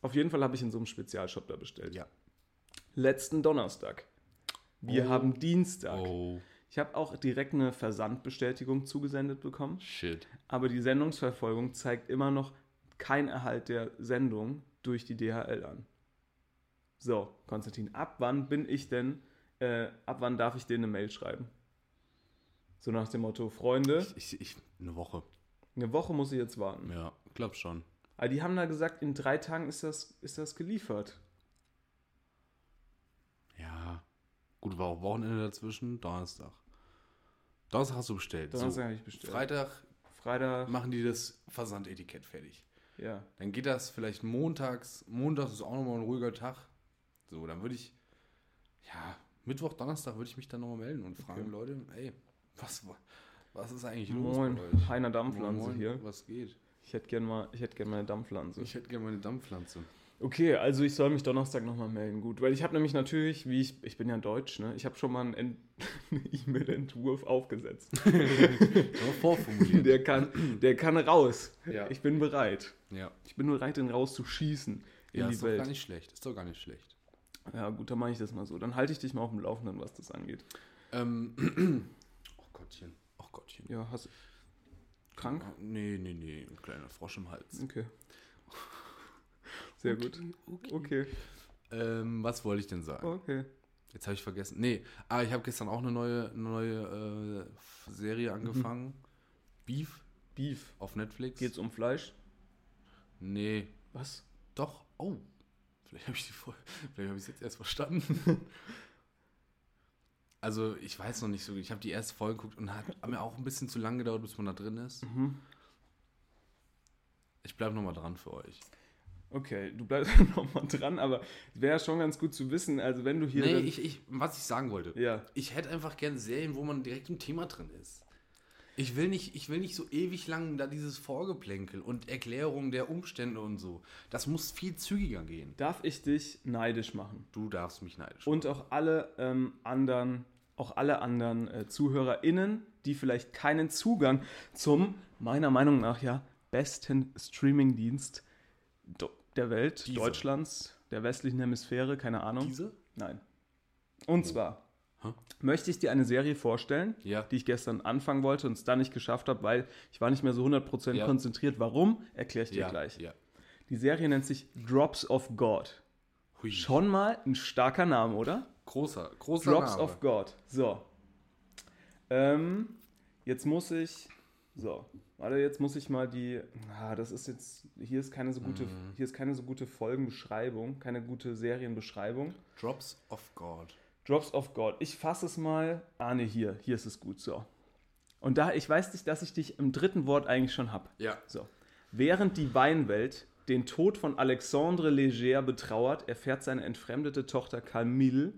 Auf jeden Fall habe ich in so einem Spezialshop da bestellt. Ja. Letzten Donnerstag. Wir haben Dienstag. Oh, Ich habe auch direkt eine Versandbestätigung zugesendet bekommen, shit. aber die Sendungsverfolgung zeigt immer noch kein Erhalt der Sendung durch die DHL an. So, Konstantin, ab wann bin ich denn, äh, ab wann darf ich dir eine Mail schreiben? So nach dem Motto, Freunde, Ich, ich, eine Woche. eine Woche muss ich jetzt warten. Ja, glaub schon. Aber die haben da gesagt, in drei Tagen ist das, ist das geliefert. Ja. Gut, war auch Wochenende dazwischen. Donnerstag. Donnerstag hast du bestellt. Donnerstag so. habe ich bestellt. Freitag Freitag, machen die das Versandetikett fertig. ja. Dann geht das vielleicht montags. Montags ist auch nochmal ein ruhiger Tag. So, dann würde ich, ja, Mittwoch, Donnerstag würde ich mich dann nochmal melden und fragen, Okay. Leute, ey, was, wa- was ist eigentlich los Moin, bei euch? Heiner Dampfpflanze Moin, moin, hier. Was geht? Ich hätte gerne mal, ich hätte gerne mal eine Dampfpflanze. Ich hätte gerne meine Dampfpflanze. Okay, also ich soll mich Donnerstag nochmal melden. Gut, weil ich habe nämlich natürlich, wie ich, ich bin ja Deutsch, ne? Ich habe schon mal einen Ent- [laughs] einen E-Mail-Entwurf aufgesetzt. [laughs] Aber vorformuliert. Der kann, der kann raus. Ja. Ich bin bereit. ja, Ich bin bereit, den rauszuschießen in ja die ist doch Welt. gar nicht schlecht. Ist doch gar nicht schlecht. Ja, gut, dann mache ich das mal so. Dann halte ich dich mal auf dem Laufenden, was das angeht. Ähm, oh Gottchen. Oh Gottchen. Ah, Ja, hast du. Krank? Nee, nee, nee. Ein kleiner Frosch im Hals. Okay. Sehr gut. Okay, Ähm, was wollte ich denn sagen? okay. Jetzt habe ich vergessen. Nee, ah, ich habe gestern auch eine neue, eine neue äh, F- Serie angefangen. Beef Mhm. Beef. auf Netflix. Geht's um Fleisch? Nee, Was? [laughs] [laughs] doch. Oh, vielleicht habe ich die voll. Vielleicht habe ich es jetzt erst verstanden. Also ich weiß noch nicht so, ich habe die erste Folge geguckt und hat, hat mir auch ein bisschen zu lang gedauert, bis man da drin ist. Mhm. Ich bleibe nochmal dran für euch. Okay, du bleibst [laughs] nochmal dran, aber es wäre ja schon ganz gut zu wissen, also wenn du hier. Nee, dann- ich, ich, was ich sagen wollte. ja. Ich hätte einfach gerne Serien, wo man direkt im Thema drin ist. Ich will nicht, ich will nicht so ewig lang da dieses Vorgeplänkel und Erklärung der Umstände und so. Das muss viel zügiger gehen. Darf ich dich neidisch machen? Du darfst mich neidisch. Und auch alle ähm, anderen, auch alle anderen äh, ZuhörerInnen, die vielleicht keinen Zugang zum, meiner Meinung nach ja, besten Streamingdienst do- der Welt, Dieser. Deutschlands, der westlichen Hemisphäre, keine Ahnung. Diese? Nein. Und zwar Hä? möchte ich dir eine Serie vorstellen, Ja. die ich gestern anfangen wollte und es dann nicht geschafft habe, weil ich war nicht mehr so 100% Ja. konzentriert. Warum? Erkläre ich dir ja, gleich. Ja. Die Serie nennt sich Drops of God. Hui. Schon mal ein starker Name, oder? Großer, großer Drops Name. of God. So. Ähm, jetzt muss ich. So. Warte, jetzt muss ich mal die. Ah, das ist jetzt. Hier ist keine so gute, hier ist keine so gute Folgenbeschreibung, keine gute Serienbeschreibung. Drops of God. Drops of God. Ich fasse es mal. Ah, ne, hier. Hier ist es gut. So. Und da, ich weiß nicht, dass ich dich im dritten Wort eigentlich schon hab. Ja. So. Während die Weinwelt den Tod von Alexandre Leger betrauert, erfährt seine entfremdete Tochter Camille,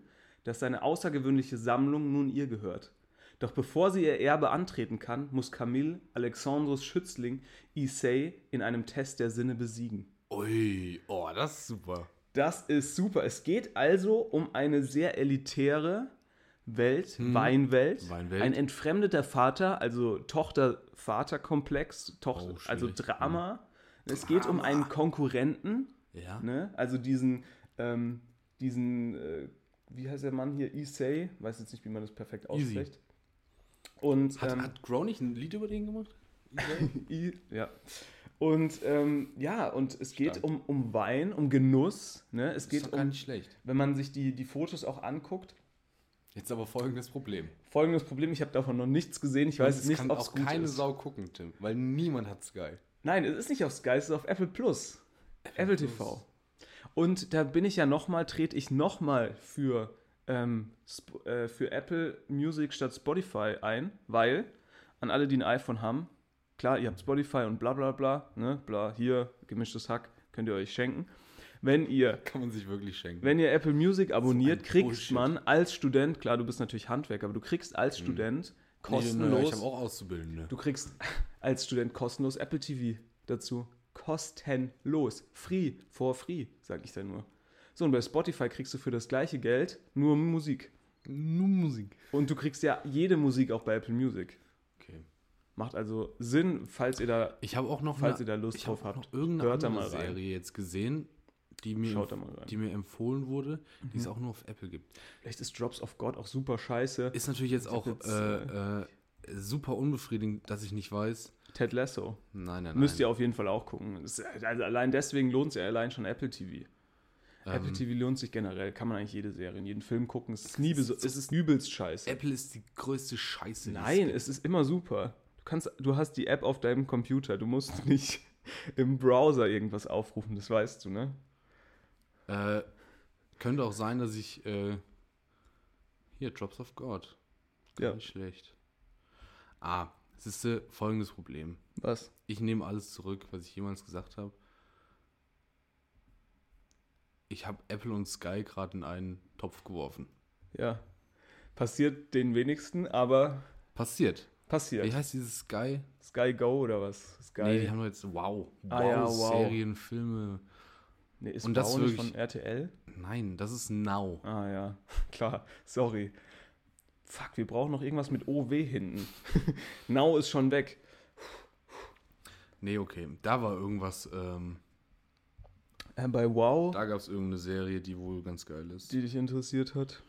dass seine außergewöhnliche Sammlung nun ihr gehört. Doch bevor sie ihr Erbe antreten kann, muss Camille Alexandres Schützling Issei in einem Test der Sinne besiegen. Ui, oh, das ist super. Das ist super. Es geht also um eine sehr elitäre Welt, Weinwelt. Hm. Weinwelt. Ein entfremdeter Vater, also Tochter-Vater-Komplex, Tochter, Oh, schwierig. also Drama. Es geht um einen Konkurrenten, Ja. ne? also diesen, ähm, diesen äh, wie heißt der Mann hier? Issei. Weiß jetzt nicht, wie man das perfekt Easy. ausspricht. Und, Hat, ähm, hat Grow nicht ein Lied über den gemacht? I, ja. Und ähm, ja, und es geht um, um Wein, um Genuss. Ne? Es ist geht doch gar um nicht schlecht. wenn man sich die, die Fotos auch anguckt. Jetzt aber folgendes Problem. Folgendes Problem, ich habe davon noch nichts gesehen. Ich weiß es nicht, kann ob es auch gut keine ist. Sau gucken, Tim, weil niemand hat Sky. [laughs] Nein, es ist nicht auf Sky, es ist auf Apple Plus. Apple, TV. Und da bin ich ja nochmal, trete ich nochmal für, ähm, Sp- äh, für Apple Music statt Spotify ein, weil an alle, die ein iPhone haben, klar, ihr habt Spotify und bla bla bla, ne, bla, hier, gemischtes Hack, könnt ihr euch schenken. Wenn ihr Kann man sich wirklich schenken. Wenn ihr Apple Music abonniert, ein kriegst Bullshit. man als Student, klar, du bist natürlich Handwerker, aber du kriegst als Mhm. Student Nee, kostenlos, ich habe auch Auszubildende. du kriegst als Student kostenlos Apple TV dazu. Kostenlos. Free, for free, sag ich da nur. So, und bei Spotify kriegst du für das gleiche Geld nur Musik. nur Musik. Und du kriegst ja jede Musik auch bei Apple Music. Okay. Macht also Sinn, falls ihr da. Ich habe auch noch Falls ihr da Lust ich hab drauf auch habt, noch irgendeine hört da andere mal rein. Serie jetzt gesehen, die mir, Schaut da mal rein. Mhm. die mir empfohlen wurde, die es auch nur auf Apple gibt. Vielleicht ist Drops of God auch super scheiße. Ist natürlich jetzt auch jetzt, äh, äh, super unbefriedigend, dass ich nicht weiß. Ted Lasso. Nein, nein, nein. Müsst ihr auf jeden Fall auch gucken. Das, ist- also allein deswegen lohnt es ja allein schon Apple TV. Ähm, Apple TV lohnt sich generell. Kann man eigentlich jede Serie, jeden Film gucken. Es ist, nie beso- es ist übelst scheiße. Apple ist die größte Scheiße. die es Nein, gibt. es ist immer super. Du, kannst, du hast die App auf deinem Computer. Du musst nicht [laughs] im Browser irgendwas aufrufen. Das weißt du, ne? Äh, könnte auch sein, dass ich. Äh, hier, Drops of God. Gar Ja. nicht schlecht. Ah, es ist äh, folgendes Problem. Was? Ich nehme alles zurück, was ich jemals gesagt habe. Ich habe Apple und Sky gerade in einen Topf geworfen. Ja. Passiert den wenigsten, aber Passiert. passiert. Wie heißt dieses Sky? Sky Go oder was? Sky. Nee, die haben doch jetzt Wow. Wow, Ah ja, Wow. Serien, Filme. Nee, ist und und das das nicht wirklich- von RTL? Nein, das ist Now. Ah ja, [laughs] klar, sorry. Fuck, wir brauchen noch irgendwas mit OW hinten. [laughs] Now ist schon weg. Nee, okay. Da war irgendwas. Ähm, Äh, bei Wow, da gab es irgendeine Serie, die wohl ganz geil ist. die dich interessiert hat.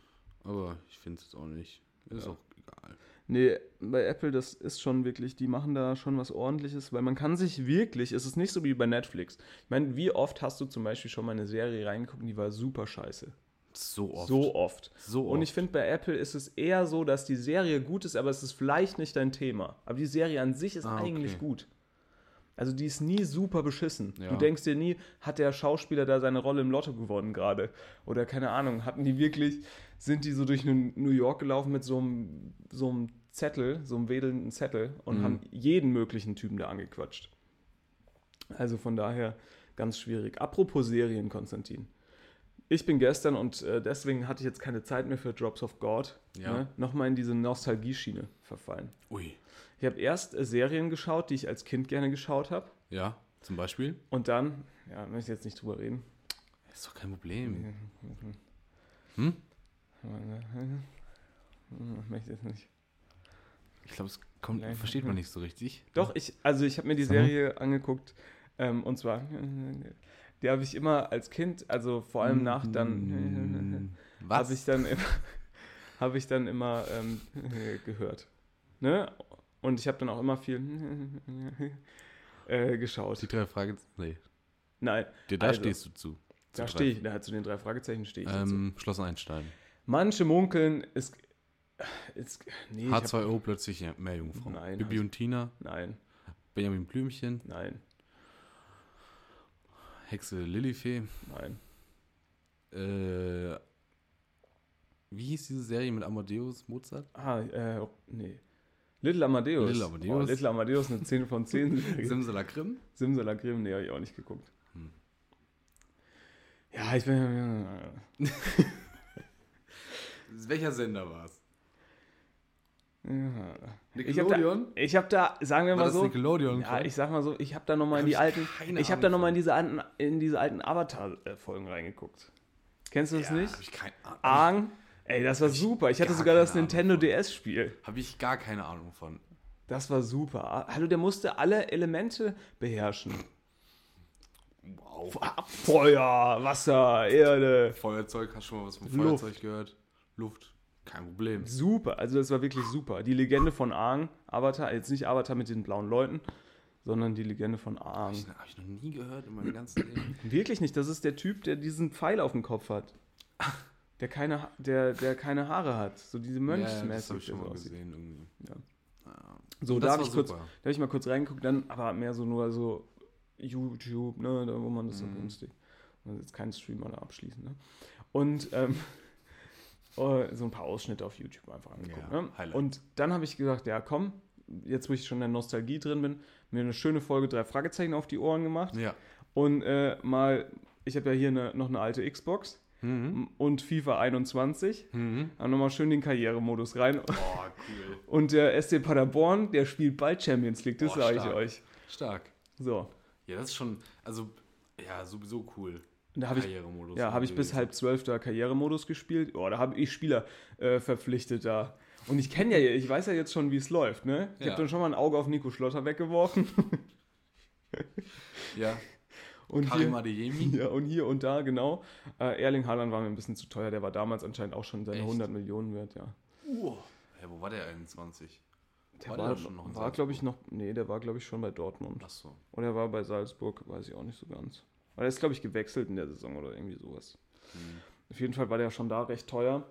Aber ich finde es jetzt auch nicht. Ist auch egal. Nee, bei Apple, das ist schon wirklich, die machen da schon was ordentliches, weil man kann sich wirklich, es ist nicht so wie bei Netflix. Ich meine, wie oft hast du zum Beispiel schon mal eine Serie reingeguckt, und die war super scheiße? So oft. So oft. So Und oft. ich finde, bei Apple ist es eher so, dass die Serie gut ist, aber es ist vielleicht nicht dein Thema. Aber die Serie an sich ist Ah, eigentlich okay. gut. Also die ist nie super beschissen. Ja. Du denkst dir nie, hat der Schauspieler da seine Rolle im Lotto gewonnen gerade? Oder keine Ahnung, hatten die wirklich, sind die so durch New New York gelaufen mit so einem, so einem Zettel, so einem wedelnden Zettel und Mhm. haben jeden möglichen Typen da angequatscht. Also von daher ganz schwierig. Apropos Serien, Konstantin. Ich bin gestern und äh, deswegen hatte ich jetzt keine Zeit mehr für Drops of God. Ja. Ne? Nochmal in diese Nostalgieschiene verfallen. Ui. Ich habe erst äh, Serien geschaut, die ich als Kind gerne geschaut habe. Ja, zum Beispiel? Und dann, ja, möchte ich jetzt nicht drüber reden. Ist doch kein Problem. Hm, [laughs] Möchte ich jetzt nicht. Ich glaube, es kommt, Nein. versteht man nicht so richtig. Mhm. Doch, ich, also ich habe mir die Serie angeguckt. Ähm, und zwar, [laughs] die habe ich immer als Kind, also vor allem nach Hm. dann, [laughs] Was? habe ich dann immer, hab ich dann immer ähm, [laughs] gehört. Ne? Und ich habe dann auch immer viel [laughs] äh, geschaut. die drei Fragen. Nee, Nein, dir, da Also, stehst du zu. da Zu stehe ich, da zu den drei Fragezeichen stehe ich. drei. dazu. Ähm, Schloss Einstein. Manche munkeln, es, es nee, ich hab- H2O plötzlich ja- Meerjungfrau. Nein, Bibi H- und Tina, nein, Benjamin Blümchen, nein, Hexe Lilifee. nein. Äh, wie hieß diese Serie mit Amadeus Mozart? Ah, äh, nee. Little Amadeus. Little Amadeus. Oh, Little Amadeus, eine 10 von [laughs] 10. Simsalakrim? Simsalakrim, nee, habe ich auch nicht geguckt. Hm. Ja, ich bin. Welcher Sender war es? Ja. Ich habe da, Nickelodeon? ich hab da, sagen wir War mal das so. Nickelodeon? Ja, ich sag mal so, ich habe da nochmal in die Hab ich alten. keine Ich habe Ahnung da nochmal von. in diese alten, in diese alten Avatar-Folgen reingeguckt. Kennst du das Hab nicht? ich, keine Ahnung. Aang. Ey, das war super. Ich hatte gar sogar das keine Ahnung Nintendo von. DS-Spiel. Hab ich gar keine Ahnung von. Das war super. Hallo, der musste alle Elemente beherrschen. Wow. Feuer, Wasser, Erde. Feuerzeug, hast du schon mal was vom Luft. Feuerzeug gehört? Luft. Kein Problem. Super, also das war wirklich super. Die Legende von Aang, Avatar, jetzt nicht Avatar mit den blauen Leuten, sondern die Legende von Aang. Ich, hab ich noch nie gehört in meinem ganzen [clears throat] Leben. Wirklich nicht, das ist der Typ, der diesen Pfeil auf dem Kopf hat. Der keine, Ha- der, der keine Haare hat. So diese ja, das Mönchsmäßig. habe ich schon der so mal aussieht. gesehen. Irgendwie. so, Das da habe war ich, kurz- da super. hab ich mal kurz reingeguckt, dann aber mehr so nur so YouTube, ne, da wo man das Mhm. so günstig. Man jetzt keinen Streamer da abschließen, ne? Und ähm, [laughs] äh, so ein paar Ausschnitte auf YouTube einfach angeguckt. Ja, ne? Highlight. Und dann habe ich gesagt, ja komm, jetzt wo ich schon in der Nostalgie drin bin, mir eine schöne Folge drei Fragezeichen auf die Ohren gemacht. Ja. Und äh, mal, ich habe ja hier eine, noch eine alte Xbox Mhm. und FIFA 21. Haben nochmal schön den Karrieremodus rein. Boah, cool. Und der SC Paderborn, der spielt bald Champions League, das Boah, sage ich stark. euch. Stark. So. Ja, das ist schon, also, ja, sowieso cool. Und da habe ich, Karrieremodus. ja, hab ich bis halt halb zwölf da Karrieremodus gespielt. Oh, da habe ich Spieler äh, verpflichtet da. Und ich kenne ja, ich weiß ja jetzt schon, wie es läuft, ne? Ich Ja. habe dann schon mal ein Auge auf Nico Schlotter weggeworfen. [laughs] Ja, Und Karim hier, Adeyemi. ja, und hier und da, genau. Äh, Erling Haaland war mir ein bisschen zu teuer. Der war damals anscheinend auch schon seine Echt? 100 Millionen wert, ja. Uah. Ja, wo war der 21? Der War war, der war, doch schon noch in glaube ich, noch. Nee, der war, glaube ich, schon bei Dortmund. Achso. Oder er war bei Salzburg, weiß ich auch nicht so ganz. Aber er ist, glaube ich, gewechselt in der Saison oder irgendwie sowas. Hm. Auf jeden Fall war der schon da recht teuer.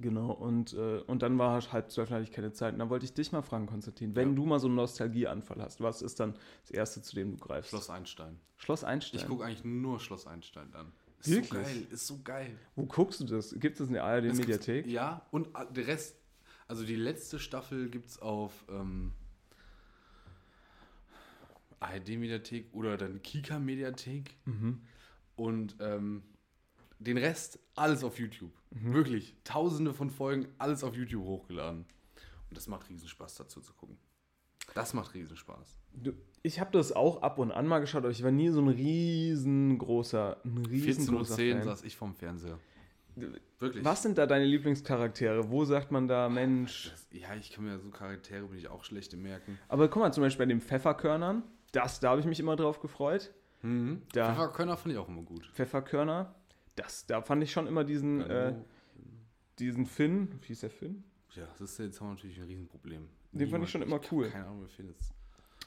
Genau, und, äh, und dann war halb zwölf, hatte ich keine Zeit. Und dann wollte ich dich mal fragen, Konstantin, wenn Ja. du mal so einen Nostalgieanfall hast, was ist dann das Erste, zu dem du greifst? Schloss Einstein. Schloss Einstein. Ich gucke eigentlich nur Schloss Einstein an. Ist Wirklich? so geil, ist so geil. Wo guckst du das? Gibt es in der Das gibt's- ARD-Mediathek? Ja, und äh, der Rest, also die letzte Staffel gibt es auf ähm, ARD-Mediathek oder dann Kika-Mediathek. Mhm. Und ähm, den Rest alles auf YouTube. Mhm. Wirklich, tausende von Folgen, alles auf YouTube hochgeladen. Und das macht Riesenspaß dazu zu gucken. Das macht Riesenspaß. Du, ich habe das auch ab und an mal geschaut, aber ich war nie so ein riesengroßer, ein 14.10 riesengroßer Uhr Fan. saß ich vorm Fernseher. Wirklich. Was sind da deine Lieblingscharaktere? Wo sagt man da, Mensch? Das- Ja, ich kann mir so Charaktere, bin ich auch schlecht im Merken. Aber guck mal, zum Beispiel bei den Pfefferkörnern, das, da habe ich mich immer drauf gefreut. Da, Pfeffer Könner fand ich auch immer gut. Pfefferkörner, das, da fand ich schon immer diesen, äh, diesen Finn, wie hieß der Finn? Ja, das ist, jetzt haben wir natürlich ein Riesenproblem. Den fand ich schon immer hab cool. Keine Ahnung, wer Finn ist.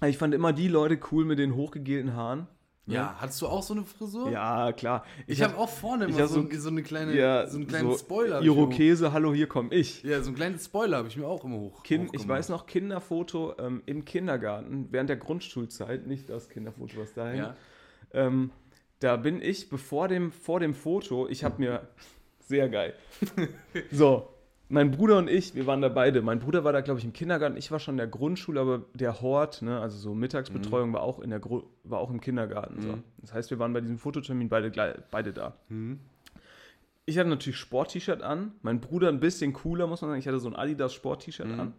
Ich fand immer die Leute cool mit den hochgegelten Haaren. Ja. Hattest du auch so eine Frisur? Ja, klar. Ich habe auch vorne ich immer hab so, so- so, eine kleine, ja, so einen kleinen Spoiler. hab ich mir hoch- Irokese, hallo, hier komm ich. Ja, so einen kleinen Spoiler habe ich mir auch immer hoch. Kind, ich weiß noch, Kinderfoto ähm, im Kindergarten, während der Grundschulzeit, nicht das Kinderfoto, was da hängt. Ja. Ähm, da bin ich, bevor dem, vor dem Foto, ich habe mir, sehr geil. [laughs] so, mein Bruder und ich, wir waren da beide. Mein Bruder war da, glaube ich, im Kindergarten, ich war schon in der Grundschule, aber der Hort, ne, also so Mittagsbetreuung war, auch in der Gru- war auch im Kindergarten. So. Das heißt, wir waren bei diesem Fototermin beide, gleich- beide da. Ich hatte natürlich Sport-T-Shirt an, mein Bruder ein bisschen cooler, muss man sagen. Ich hatte so ein Adidas Sport-T-Shirt an.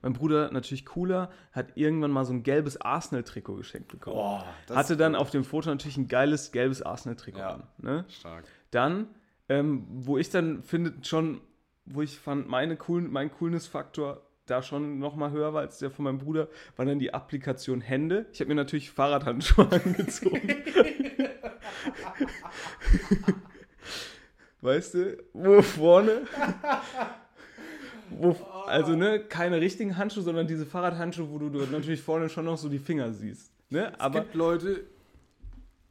Mein Bruder, natürlich cooler, hat irgendwann mal so ein gelbes Arsenal-Trikot geschenkt bekommen. das hatte dann auf dem Foto natürlich ein geiles gelbes Arsenal-Trikot Ja. an. Ne? Stark. Dann, ähm, wo ich dann finde, schon, wo ich fand, meine cool, mein Coolness-Faktor da schon nochmal höher war als der von meinem Bruder, war dann die Applikation Hände. Ich habe mir natürlich Fahrradhandschuhe [laughs] angezogen. weißt du, wo vorne. Wo, also, ne, keine richtigen Handschuhe, sondern diese Fahrradhandschuhe, wo du, du natürlich vorne schon noch so die Finger siehst. Ne? Aber Aber. es gibt Leute,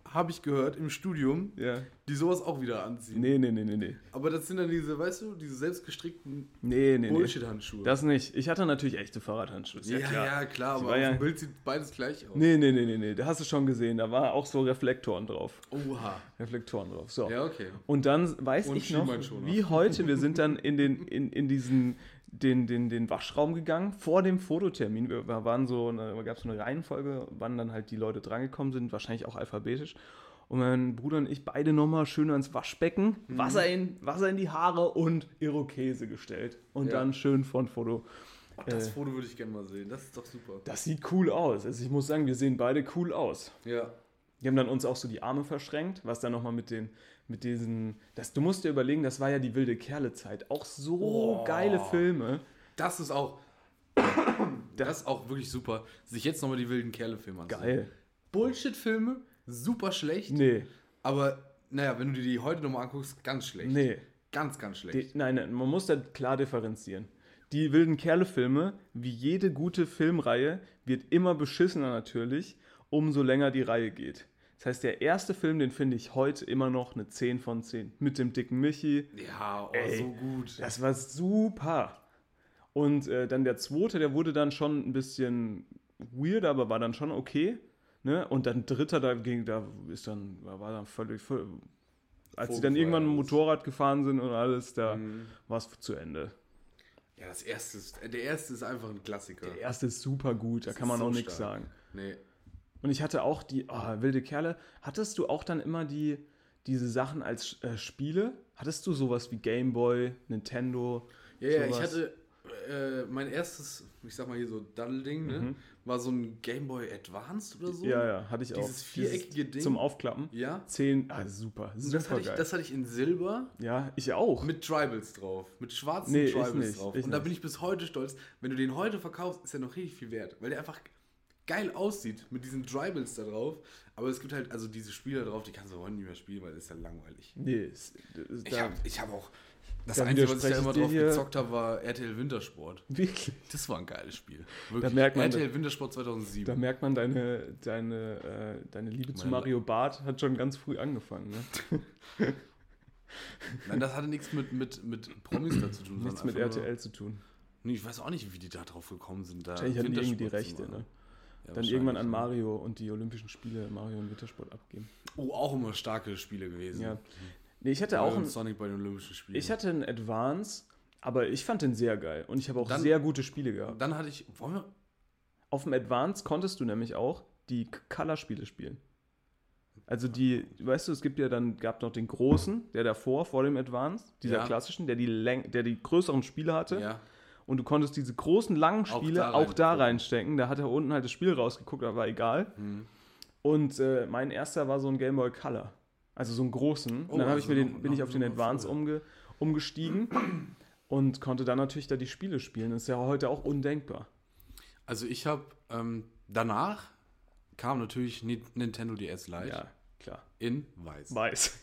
habe ich gehört, im Studium, Ja. die sowas auch wieder anziehen. Nee, nee, nee, nee, nee. Aber das sind dann diese, weißt du, diese selbstgestrickten Nee, nee, nee. Bullshit-Handschuhe. Das nicht. Ich hatte natürlich echte Fahrradhandschuhe. ist ja, ja, klar, Sie aber war auf ja- dem Bild sieht beides gleich aus. Nee, nee, nee, nee, nee. Da hast du schon gesehen. Da war auch so Reflektoren drauf. Oha. Reflektoren drauf. So. Ja, okay. Und dann weiß Und ich noch, Schienbeinschoner. wie heute, wir sind dann in den, in, in diesen, den, den, den Waschraum gegangen, vor dem Fototermin. Wir wir waren so, gab es so eine Reihenfolge, wann dann halt die Leute drangekommen sind, wahrscheinlich auch alphabetisch. Und mein Bruder und ich beide nochmal schön ans Waschbecken, Mhm. Wasser, in, Wasser in die Haare und Irokese gestellt. Und Ja. dann schön von Foto. Äh. Das Foto würde ich gerne mal sehen. Das ist doch super. Das sieht cool aus. Also ich muss sagen, wir sehen beide cool aus. Ja. Die haben dann uns auch so die Arme verschränkt, was dann nochmal mit den, mit diesen, das, du musst dir überlegen, das war ja die wilde Kerle-Zeit. Auch so geile Filme. Das ist auch. Das ist auch wirklich super, sich jetzt nochmal die wilden Kerle-Filme anzusehen. Geil. Bullshit-Filme, super schlecht. Nee, Aber naja, wenn du dir die heute nochmal anguckst, ganz schlecht. nee. Ganz, ganz schlecht. Die, nein, nein, man muss da klar differenzieren. Die wilden Kerle-Filme, wie jede gute Filmreihe, wird immer beschissener natürlich, umso länger die Reihe geht. Das heißt, der erste Film, den finde ich heute immer noch eine 10 von 10. Mit dem dicken Michi, ja, oh, Ey. so gut. Das war super. Und äh, dann der zweite, der wurde dann schon ein bisschen weird, aber war dann schon okay. Ne? Und dann dritter, da ging, da ist dann, da war dann völlig. völ- als sie dann Vogelfrei irgendwann mit dem alles. Motorrad gefahren sind und alles, da Mhm. war es zu Ende. Ja, das erste ist, der erste ist einfach ein Klassiker. Der erste ist super gut, da Das kann ist man so auch nichts stark. sagen. Nee. Und ich hatte auch die, oh, wilde Kerle, hattest du auch dann immer die, diese Sachen als äh, Spiele? Hattest du sowas wie Game Boy, Nintendo? Ja, ja, ich sowas? hatte äh, mein erstes, ich sag mal hier so Daddel-Ding, ne? War so ein Game Boy Advanced oder so. Mhm. Ja, ja, hatte ich auch. Dieses viereckige Ding. Zum Aufklappen. Ja. Zehn, ah, super, Und Das super hatte, ich, geil. das hatte ich in Silber ja, ich auch. mit Tribals drauf. Mit schwarzen Nee, ich Tribals nicht, drauf. ich Und da nicht. bin ich bis heute stolz. Wenn du den heute verkaufst, ist er noch richtig viel wert. Weil der einfach geil aussieht mit diesen Tribals da drauf. Aber es gibt halt, also diese Spiele da drauf, die kannst du heute nicht mehr spielen, weil das ist ja langweilig. Nee, es- es- Ich da- habe ich hab auch. Das da Einzige, was ich widerspreche da ich immer dir drauf hier. gezockt habe, war RTL Wintersport. [laughs] wirklich. Das war ein geiles Spiel. Wirklich. merkt man- RTL Wintersport Da 2007. merkt man, deine, deine, äh, deine Liebe zu Meine- Mario Barth hat schon ganz früh angefangen. Ne? Nein, das hatte nichts mit, mit, mit Promis da zu tun. Nichts sondern mit einfach nur- RTL zu tun. Nee, ich weiß auch nicht, wie die da drauf gekommen sind. Da Wahrscheinlich hatten die irgendwie die Wintersport zu Rechte. machen. Ne? Ja, Dann irgendwann an wahrscheinlich, Mario und die Olympischen Spiele Mario und Wintersport abgeben. ne. Oh, auch immer starke Spiele gewesen. Ja. Nee, ich hatte auch Mario und ein, Sonic bei den Olympischen Spielen. ich hatte einen Advance, aber ich fand den sehr geil. Und ich habe auch Dann- sehr gute Spiele gehabt. Dann hatte ich. Wollen wir. Auf dem Advance konntest du nämlich auch die K- Color-Spiele spielen. Also die, weißt du, es gibt ja dann, gab noch den großen, der davor, vor dem Advance, dieser Ja. klassischen, der die, Läng der die größeren Spiele hatte. Ja. Und du konntest diese großen, langen Auch Spiele da auch da reingucken. reinstecken. Da hat er unten halt das Spiel rausgeguckt, aber egal. Mhm. Und äh, mein erster war so ein Game Boy Color. Also so einen großen. Oh, und dann hab also ich mir den, noch- bin ich noch- auf den noch Advance früher. umge, umgestiegen und konnte dann natürlich da die Spiele spielen. Das ist ja heute auch undenkbar. Also ich habe. Ähm, danach kam natürlich Ni- Nintendo DS Lite Ja, klar. in weiß. [laughs] Weiß.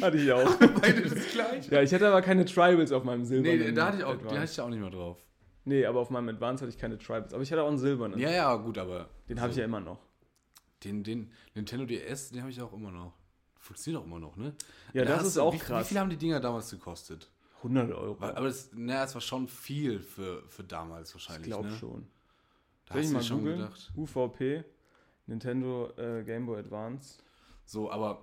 Hatte ich auch. Beide [laughs] das gleiche. Ja, ich hatte aber keine Tribals auf meinem Nee, silbernen. da hatte ich auch, die Advance. hatte ich ja auch nicht mehr drauf. nee, aber auf meinem Advance hatte ich keine Tribals. Aber ich hatte auch einen silbernen. Ja, ja, gut, aber also Den habe ich ja immer noch. Den, den Nintendo DS, den habe ich auch immer noch. Funktioniert auch immer noch, ne? Ja, Da das hast ist du- auch wie, krass. Wie viel haben die Dinger damals gekostet? 100 Euro. Weil- Aber das, naja, es war schon viel für, für damals ich wahrscheinlich. glaube ne? schon. Da hast du mal dir schon googeln? gedacht. UVP, Nintendo äh, Game Boy Advance. So, aber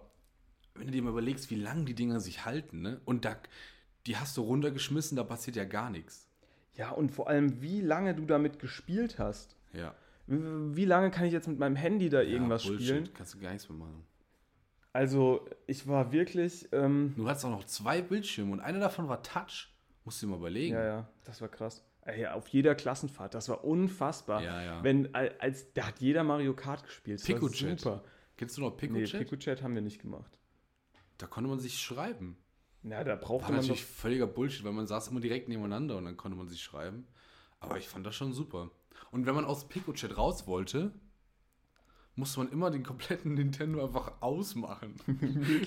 wenn du dir mal überlegst, wie lange die Dinger sich halten, ne? Und da, die hast du runtergeschmissen, da passiert ja gar nichts. Ja, und vor allem, wie lange du damit gespielt hast. Ja. Wie wie lange kann ich jetzt mit meinem Handy da irgendwas ja, Bullshit. spielen? Kannst du gar nichts mehr machen. Also, ich war wirklich. Ähm, Du hattest auch noch zwei Bildschirme und einer davon war Touch. Musst du dir mal überlegen. ja, ja, das war krass. Ey, auf jeder Klassenfahrt, das war unfassbar. Ja, ja. Wenn, al- als, da hat jeder Mario Kart gespielt. Das Pico-Chat. War super. Kennst du noch Pico Nee, Chat? Pico-Chat haben wir nicht gemacht. Da konnte man sich schreiben. Na, da War brauchte man doch. natürlich völliger Bullshit, weil man saß immer direkt nebeneinander und dann konnte man sich schreiben. Aber ich fand das schon super. Und wenn man aus Pico-Chat raus wollte, musste man immer den kompletten [laughs] Nintendo einfach ausmachen.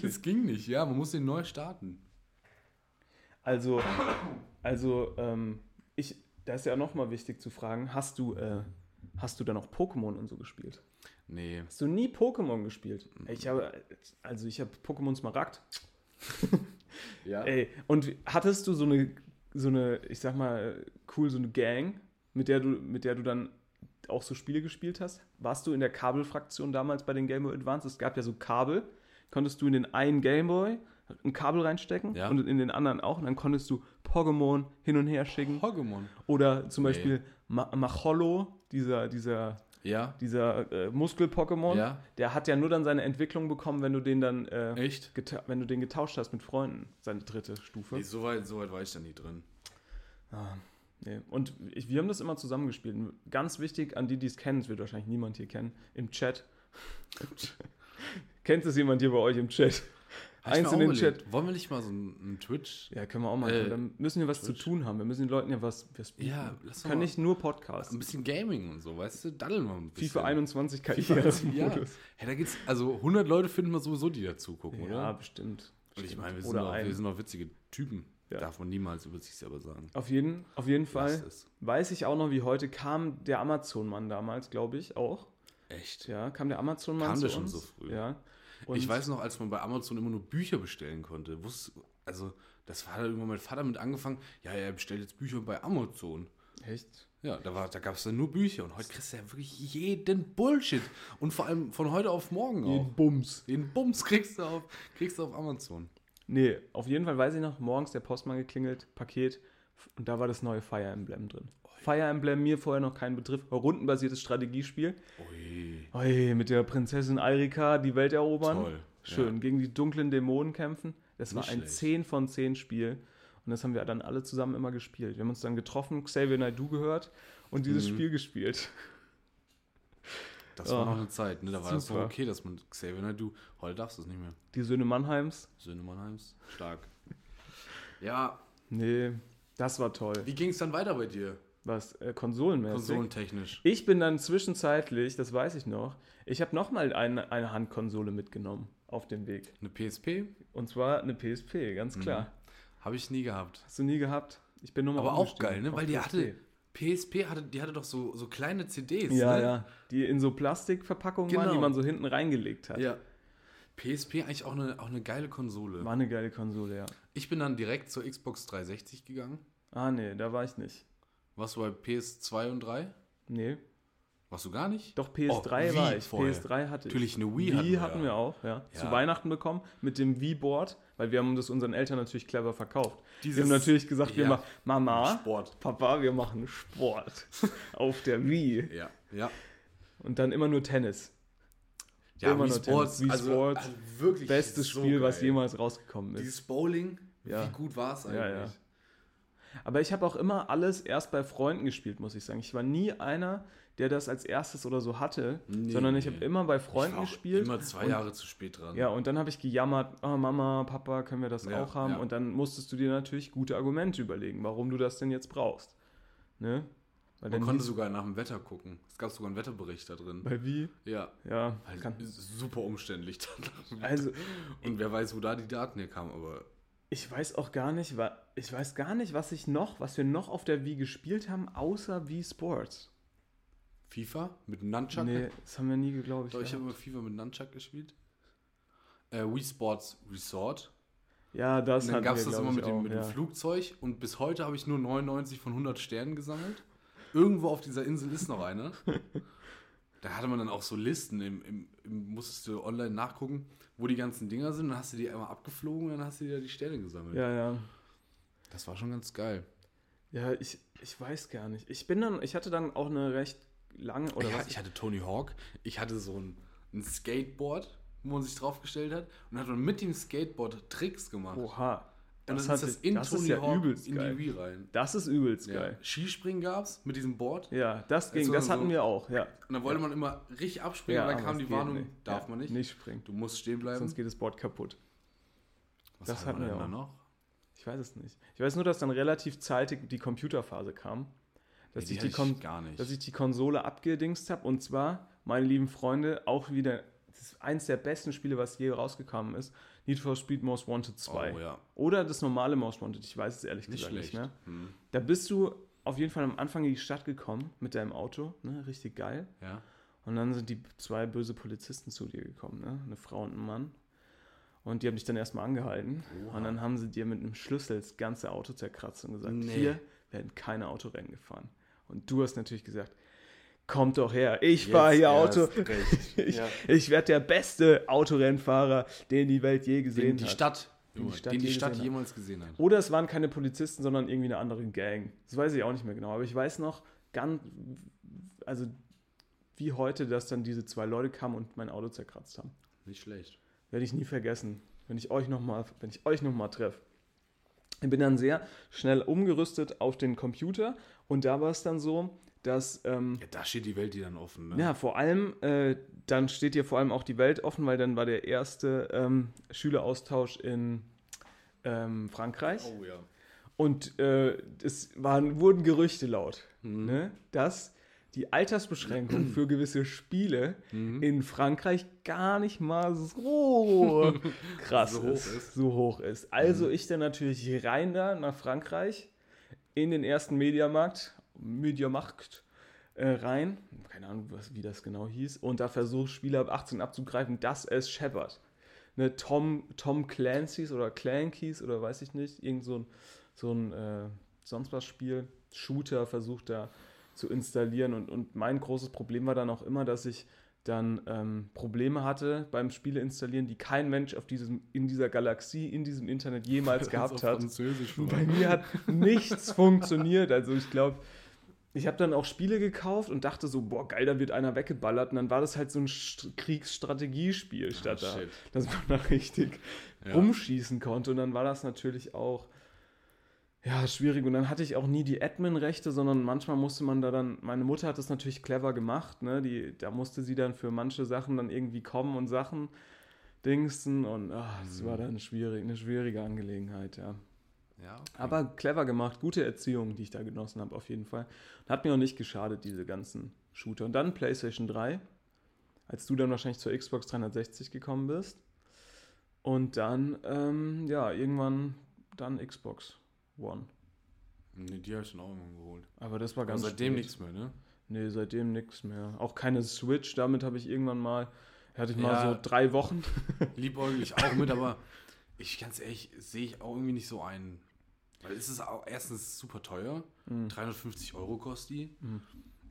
das ging nicht, ja. Man musste ihn neu starten. Also, also ähm, ich, da ist ja auch nochmal wichtig zu fragen: Hast du, äh, hast du dann auch Pokémon und so gespielt? Nee. Hast du nie Pokémon gespielt? Mhm. Ich habe, also ich habe Pokémon Smaragd. Ja. Ey, und hattest du so eine, so eine, ich sag mal, cool, so eine Gang, mit der du, mit der du dann auch so Spiele gespielt hast? Warst du in der Kabelfraktion damals bei den Game Boy Advance? Es gab ja so Kabel. Konntest du in den einen Game Boy ein Kabel reinstecken Ja. und in den anderen auch. Und dann konntest du Pokémon hin und her schicken. Pokémon. Oder zum Beispiel Ma Machollo, dieser, dieser Ja. dieser äh, Muskel-Pokémon, Ja. der hat ja nur dann seine Entwicklung bekommen, wenn du den dann äh, Echt? geta- wenn du den getauscht hast mit Freunden, seine dritte Stufe. Nee, so weit, so weit war ich da nie drin. Nee. Und ich, wir haben das immer zusammengespielt. Ganz wichtig an die, die es kennen, es wird wahrscheinlich niemand hier kennen, im Chat. [laughs] Kennt es jemand hier bei euch im Chat? Hab ich mir Eins auch in den überlegt. Chat. Wollen wir nicht mal so einen Twitch? Ja, können wir auch mal. Äh, dann müssen wir was Twitch. zu tun haben. Wir müssen den Leuten ja was, was bieten. Ja, lass doch Können mal- nicht nur Podcasts. Ein bisschen Gaming und so, weißt du? Daddeln wir ein bisschen. FIFA 21 FIFA Karriere. 21, [laughs] ja. Hey, da gibt's, also 100 Leute finden wir sowieso, die dazu gucken, oder? ja, bestimmt. Und ich meine, wir sind, Oder doch, ein. wir sind doch witzige Typen. Ja. Darf man niemals über sich selber sagen. Auf jeden, auf jeden Fall es. weiß ich auch noch, wie heute kam der Amazon-Mann damals, glaube ich, auch. Echt? Ja, kam der Amazon-Mann Kam zu der schon uns. so früh? Ja. Und Ich weiß noch, als man bei Amazon immer nur Bücher bestellen konnte, wusste, also das war da irgendwann mein Vater mit angefangen, ja, er bestellt jetzt Bücher bei Amazon. Echt? Ja, da, war- da gab es dann nur Bücher und heute kriegst du ja wirklich jeden Bullshit. Und vor allem von heute auf morgen auch. Jeden Bums. Den Bums kriegst du auf, kriegst du auf Amazon. Nee, auf jeden Fall weiß ich noch, morgens der Postmann geklingelt, Paket, und da war das neue Fire Emblem drin. Fire Emblem, mir vorher noch kein Begriff, rundenbasiertes Strategiespiel. Ui. Oi, mit der Prinzessin Eirika die Welt erobern. Toll, Schön, gegen die dunklen Dämonen kämpfen. Das war Nicht ein schlecht. 10 von 10 Spiel. Und das haben wir dann alle zusammen immer gespielt. Wir haben uns dann getroffen, Xavier Naidoo gehört und dieses Spiel gespielt. Das war Oh, noch eine Zeit, ne? Da war das noch super. okay, dass man Xavier Naidoo, heute darfst du es nicht mehr. Die Söhne Mannheims? Söhne Mannheims, [laughs] stark. Ja, Nee, das war toll. Wie ging es dann weiter bei dir? Was, äh, konsolenmäßig? Konsolentechnisch. Ich bin dann zwischenzeitlich, das weiß ich noch, ich habe nochmal eine, eine Handkonsole mitgenommen auf dem Weg. Eine PSP Und zwar eine PSP, Mhm. ganz klar. habe ich nie gehabt. Hast du nie gehabt? Ich bin nur mal Aber auch umgestiegen geil, ne? auf Weil die PSP. hatte. PSP hatte, die hatte doch so, so kleine CDs. Ja, ne? ja. Die in so Plastikverpackungen waren, die Genau. man so hinten reingelegt hat. Ja. PSP eigentlich auch eine, auch eine geile Konsole. War eine geile Konsole, ja. Ich bin dann direkt zur Xbox 360 gegangen. Ah, nee, da war ich nicht. Warst du bei PS2 und 3? Nee. Warst du gar nicht? Doch, PS3 Oh, war Wii ich. vorher. PS3 hatte Natürlich ich. eine Wii hatten hatten, wir hatten ja. wir auch, ja. Zu Ja. Weihnachten bekommen mit dem Wii-Board, weil wir haben das unseren Eltern natürlich clever verkauft. Dieses- wir haben natürlich gesagt, wir ja. machen Mama, Sport. Papa, wir machen Sport [laughs] auf der Wii. Ja, ja. Und dann immer nur Tennis. Ja, Immer Wii nur Sports. Tennis, Wii also, Sports. also wirklich. Bestes so Spiel, was geil. jemals rausgekommen ist. Dieses Bowling, Ja. wie gut war es eigentlich? Ja, ja. Aber ich habe auch immer alles erst bei Freunden gespielt, muss ich sagen. Ich war nie einer, der das als erstes oder so hatte, Nee, sondern ich nee. habe immer bei Ich Freunden war auch gespielt. Immer zwei und, Jahre zu spät dran. Ja, und dann habe ich gejammert, oh, Mama, Papa, können wir das Ja, auch haben? ja. Und dann musstest du dir natürlich gute Argumente überlegen, warum du das denn jetzt brauchst. Ne? Weil Man dann konnte hieß- sogar nach dem Wetter gucken. Es gab sogar einen Wetterbericht da drin. Weil wie? Ja. Ja, Halt kann, super umständlich. [laughs] dann. also Und wer weiß, wo da die Daten herkamen, aber ich weiß auch gar nicht, wa- ich weiß gar nicht, was ich noch, was wir noch auf der Wii gespielt haben, außer Wii Sports. FIFA mit Nunchuck? Nee, das haben wir nie geglaubt. Doch, ich habe ja. immer FIFA mit Nunchuck gespielt. Äh, Wii Sports Resort. ja, das Und dann hatten gab es wir, das glaub immer ich, mit, dem, auch, mit ja. dem Flugzeug und bis heute habe ich nur 99 von 100 Sternen gesammelt. Irgendwo auf dieser Insel ist noch eine. Da hatte man dann auch so Listen, im, im, im, musstest du online nachgucken, wo die ganzen Dinger sind. Dann hast du die einmal abgeflogen und dann hast du dir die Sterne gesammelt. Ja, ja. Das war schon ganz geil. Ja, ich, ich weiß gar nicht. Ich bin dann, ich hatte dann auch eine recht lange oder ich, was? ich hatte Tony Hawk, ich hatte so ein, ein Skateboard, wo man sich draufgestellt hat und hat man mit dem Skateboard Tricks gemacht. Oha. und Das, dann ist hatte, das in das Tony ist ja Hawk übelst in geil. die Wii rein. Das ist übelst Ja. geil. Skispringen gab es mit diesem Board. Ja, das ging, so- das so- hatten wir auch, ja. Und dann wollte man immer richtig abspringen, und dann aber kam es die geht Warnung, nicht. darf Ja, man nicht. Ähm, Nicht springen. Du musst stehen bleiben. Sonst geht das Board kaputt. Was das hatte hatten man wir denn auch. da noch? Ich weiß es nicht. Ich weiß nur, dass dann relativ zeitig die Computerphase kam. Dass, Nee, die ich, die hatte ich Kon- gar nicht. dass ich die Konsole abgedingst habe. Und zwar, meine lieben Freunde, auch wieder das ist eins der besten Spiele, was je rausgekommen ist. Need for Speed Most Wanted 2. Oh ja. Oder das normale Most Wanted. Ich weiß es ehrlich Nicht gesagt schlecht. nicht mehr. Hm. Da bist du auf jeden Fall am Anfang in die Stadt gekommen mit deinem Auto. Ne? Richtig geil. Ja. Und dann sind die zwei böse Polizisten zu dir gekommen, ne? eine Frau und ein Mann. Und die haben dich dann erstmal angehalten. Oha. Und dann haben sie dir mit einem Schlüssel das ganze Auto zerkratzt und gesagt, Nee. hier werden keine Autorennen gefahren. Und du hast natürlich gesagt, kommt doch her, ich Jetzt fahre hier erst Auto. recht. Ich, Ja. ich werde der beste Autorennfahrer, den die Welt je gesehen Den die hat. Stadt, die Junge, Stadt den die je Stadt gesehen hat. jemals gesehen hat. Oder es waren keine Polizisten, sondern irgendwie eine andere Gang. Das weiß ich auch nicht mehr genau. Aber ich weiß noch ganz, also wie heute, dass dann diese zwei Leute kamen und mein Auto zerkratzt haben. Nicht schlecht. Werde ich nie vergessen, wenn ich euch nochmal, wenn ich euch nochmal treffe. Ich bin dann sehr schnell umgerüstet auf den Computer und da war es dann so, dass ähm, Ja, da steht die Welt dir dann offen. Ne? ja, vor allem, äh, dann steht hier vor allem auch die Welt offen, weil dann war der erste ähm, Schüleraustausch in ähm, Frankreich. Oh ja. Und äh, es waren, wurden Gerüchte laut, Mhm. ne, dass die Altersbeschränkung für gewisse Spiele Mhm. in Frankreich gar nicht mal so [laughs] krass So hoch ist, ist. Mhm. so hoch ist. Also ich dann natürlich rein da nach Frankreich in den ersten Mediamarkt, Mediamarkt äh, rein, keine Ahnung, was, wie das genau hieß, und da versucht Spieler ab 18 abzugreifen, dass es scheppert. Ne, Tom, Tom Clancy's oder Clankies oder weiß ich nicht, irgend so ein, so ein äh, sonst was Spiel, Shooter versucht da zu installieren und, und mein großes Problem war dann auch immer, dass ich dann ähm, Probleme hatte beim Spiele installieren, die kein Mensch auf diesem, in dieser Galaxie, in diesem Internet [laughs] jemals gehabt halt. hat. Französisch. Bei mir hat nichts funktioniert. Also ich glaube, ich habe dann auch Spiele gekauft und dachte so, boah, geil, da wird einer weggeballert. Und dann war das halt so ein St- Kriegsstrategiespiel statt da, Ah, shit. dass man da richtig Ja. rumschießen konnte. Und dann war das natürlich auch ja, schwierig. Und dann hatte ich auch nie die Admin-Rechte, sondern manchmal musste man da dann, meine Mutter hat das natürlich clever gemacht, ne? Die, da musste sie dann für manche Sachen dann irgendwie kommen und Sachen dingsen. Und ah, das Mhm. war dann schwierig, eine schwierige Angelegenheit, ja. Ja, okay. Aber clever gemacht, gute Erziehung, die ich da genossen habe, auf jeden Fall. Und hat mir auch nicht geschadet, diese ganzen Shooter. Und dann PlayStation 3, als du dann wahrscheinlich zur Xbox 360 gekommen bist. Und dann, ähm, ja, irgendwann dann Xbox One. Nee, die habe ich dann auch irgendwann geholt. Aber das war Aber ganz. seitdem spät. nichts mehr, ne? Nee, seitdem nichts mehr. Auch keine Switch, damit habe ich irgendwann mal. Hatte ich mal Ja. so drei [laughs] Wochen. liebäuglich auch mit, aber ich ganz ehrlich, sehe ich auch irgendwie nicht so ein. Weil es ist auch erstens super teuer. Hm. 350 Euro kostet die.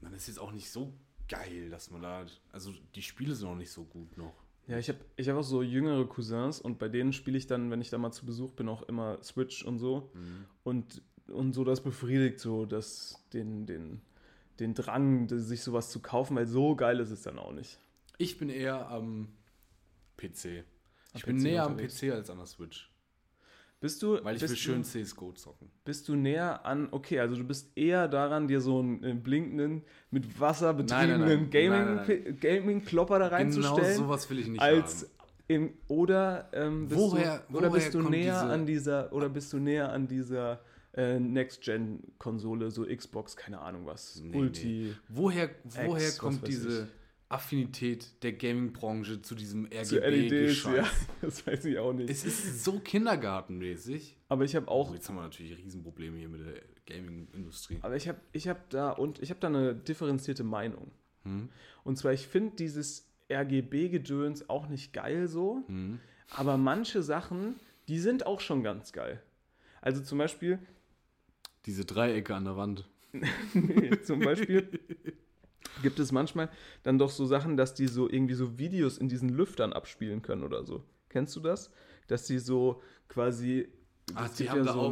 Dann ist jetzt auch nicht so geil, dass man da. Also die Spiele sind auch nicht so gut noch. Ja, ich habe ich hab auch so jüngere Cousins und bei denen spiele ich dann, wenn ich da mal zu Besuch bin, auch immer Switch und so. Mhm. Und, und so, das befriedigt so dass den, den, den Drang, das- sich sowas zu kaufen, weil so geil ist es dann auch nicht. Ich bin eher am PC. Ich Am bin PC näher unterwegs. am PC als an der Switch. Bist du, Weil ich bist will Du, schön CSGO zocken. bist du näher an, okay, also du bist eher daran, dir so einen äh, blinkenden, mit Wasser Nein, nein, betriebenen nein. Nein, nein, Gaming- Gaming-Klopper da Genau reinzustellen. sowas will ich nicht als haben. im, oder ähm, bist Woher- du, oder woher bist du kommt näher diese- an dieser oder bist du näher an dieser äh, Next Gen Konsole so Xbox keine Ahnung was Nee, Ulti nee. Woher, woher was kommt weiß diese Affinität der Gaming-Branche zu diesem zu LEDs RGB-Gescheiß? ja [laughs] das weiß ich auch nicht Es ist so kindergartenmäßig. aber ich habe Oh, auch jetzt haben wir natürlich Riesenprobleme hier mit der Gaming-Industrie. aber ich habe ich habe da und ich habe da eine differenzierte Meinung Hm? Und zwar, ich finde dieses RGB-Gedöns auch nicht geil so, Hm. Mhm. aber manche Sachen, die sind auch schon ganz geil. Also zum Beispiel, Diese Dreiecke an der Wand. Nee, [laughs] zum Beispiel gibt es manchmal dann doch so Sachen, dass die so irgendwie so Videos in diesen Lüftern abspielen können oder so. Kennst du das? Dass die so quasi. Ach, es gibt ja so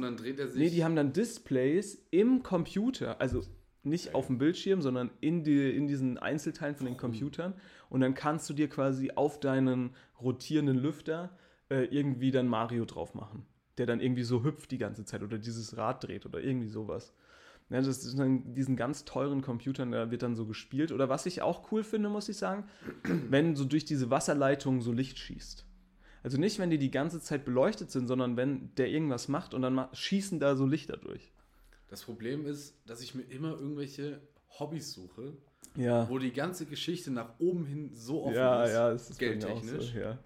dann dreht er sich. Nee, die haben dann Displays im Computer, also nicht auf dem Bildschirm, sondern in, die, in diesen Einzelteilen von den Computern. Und dann kannst du dir quasi auf deinen rotierenden Lüfter äh, irgendwie dann Mario drauf machen, der dann irgendwie so hüpft die ganze Zeit oder dieses Rad dreht oder irgendwie sowas. Ja, das ist dann diesen ganz teuren Computern, da wird dann so gespielt. Oder was ich auch cool finde, muss ich sagen, wenn so durch diese Wasserleitung so Licht schießt. Also nicht, wenn die die ganze Zeit beleuchtet sind, sondern wenn der irgendwas macht und dann ma- schießen da so Lichter durch. Das Problem ist, dass ich mir immer irgendwelche Hobbys suche, Ja. wo die ganze Geschichte nach oben hin so offen Ja, ist, ja, es ist bei mir auch geldtechnisch. So, ja.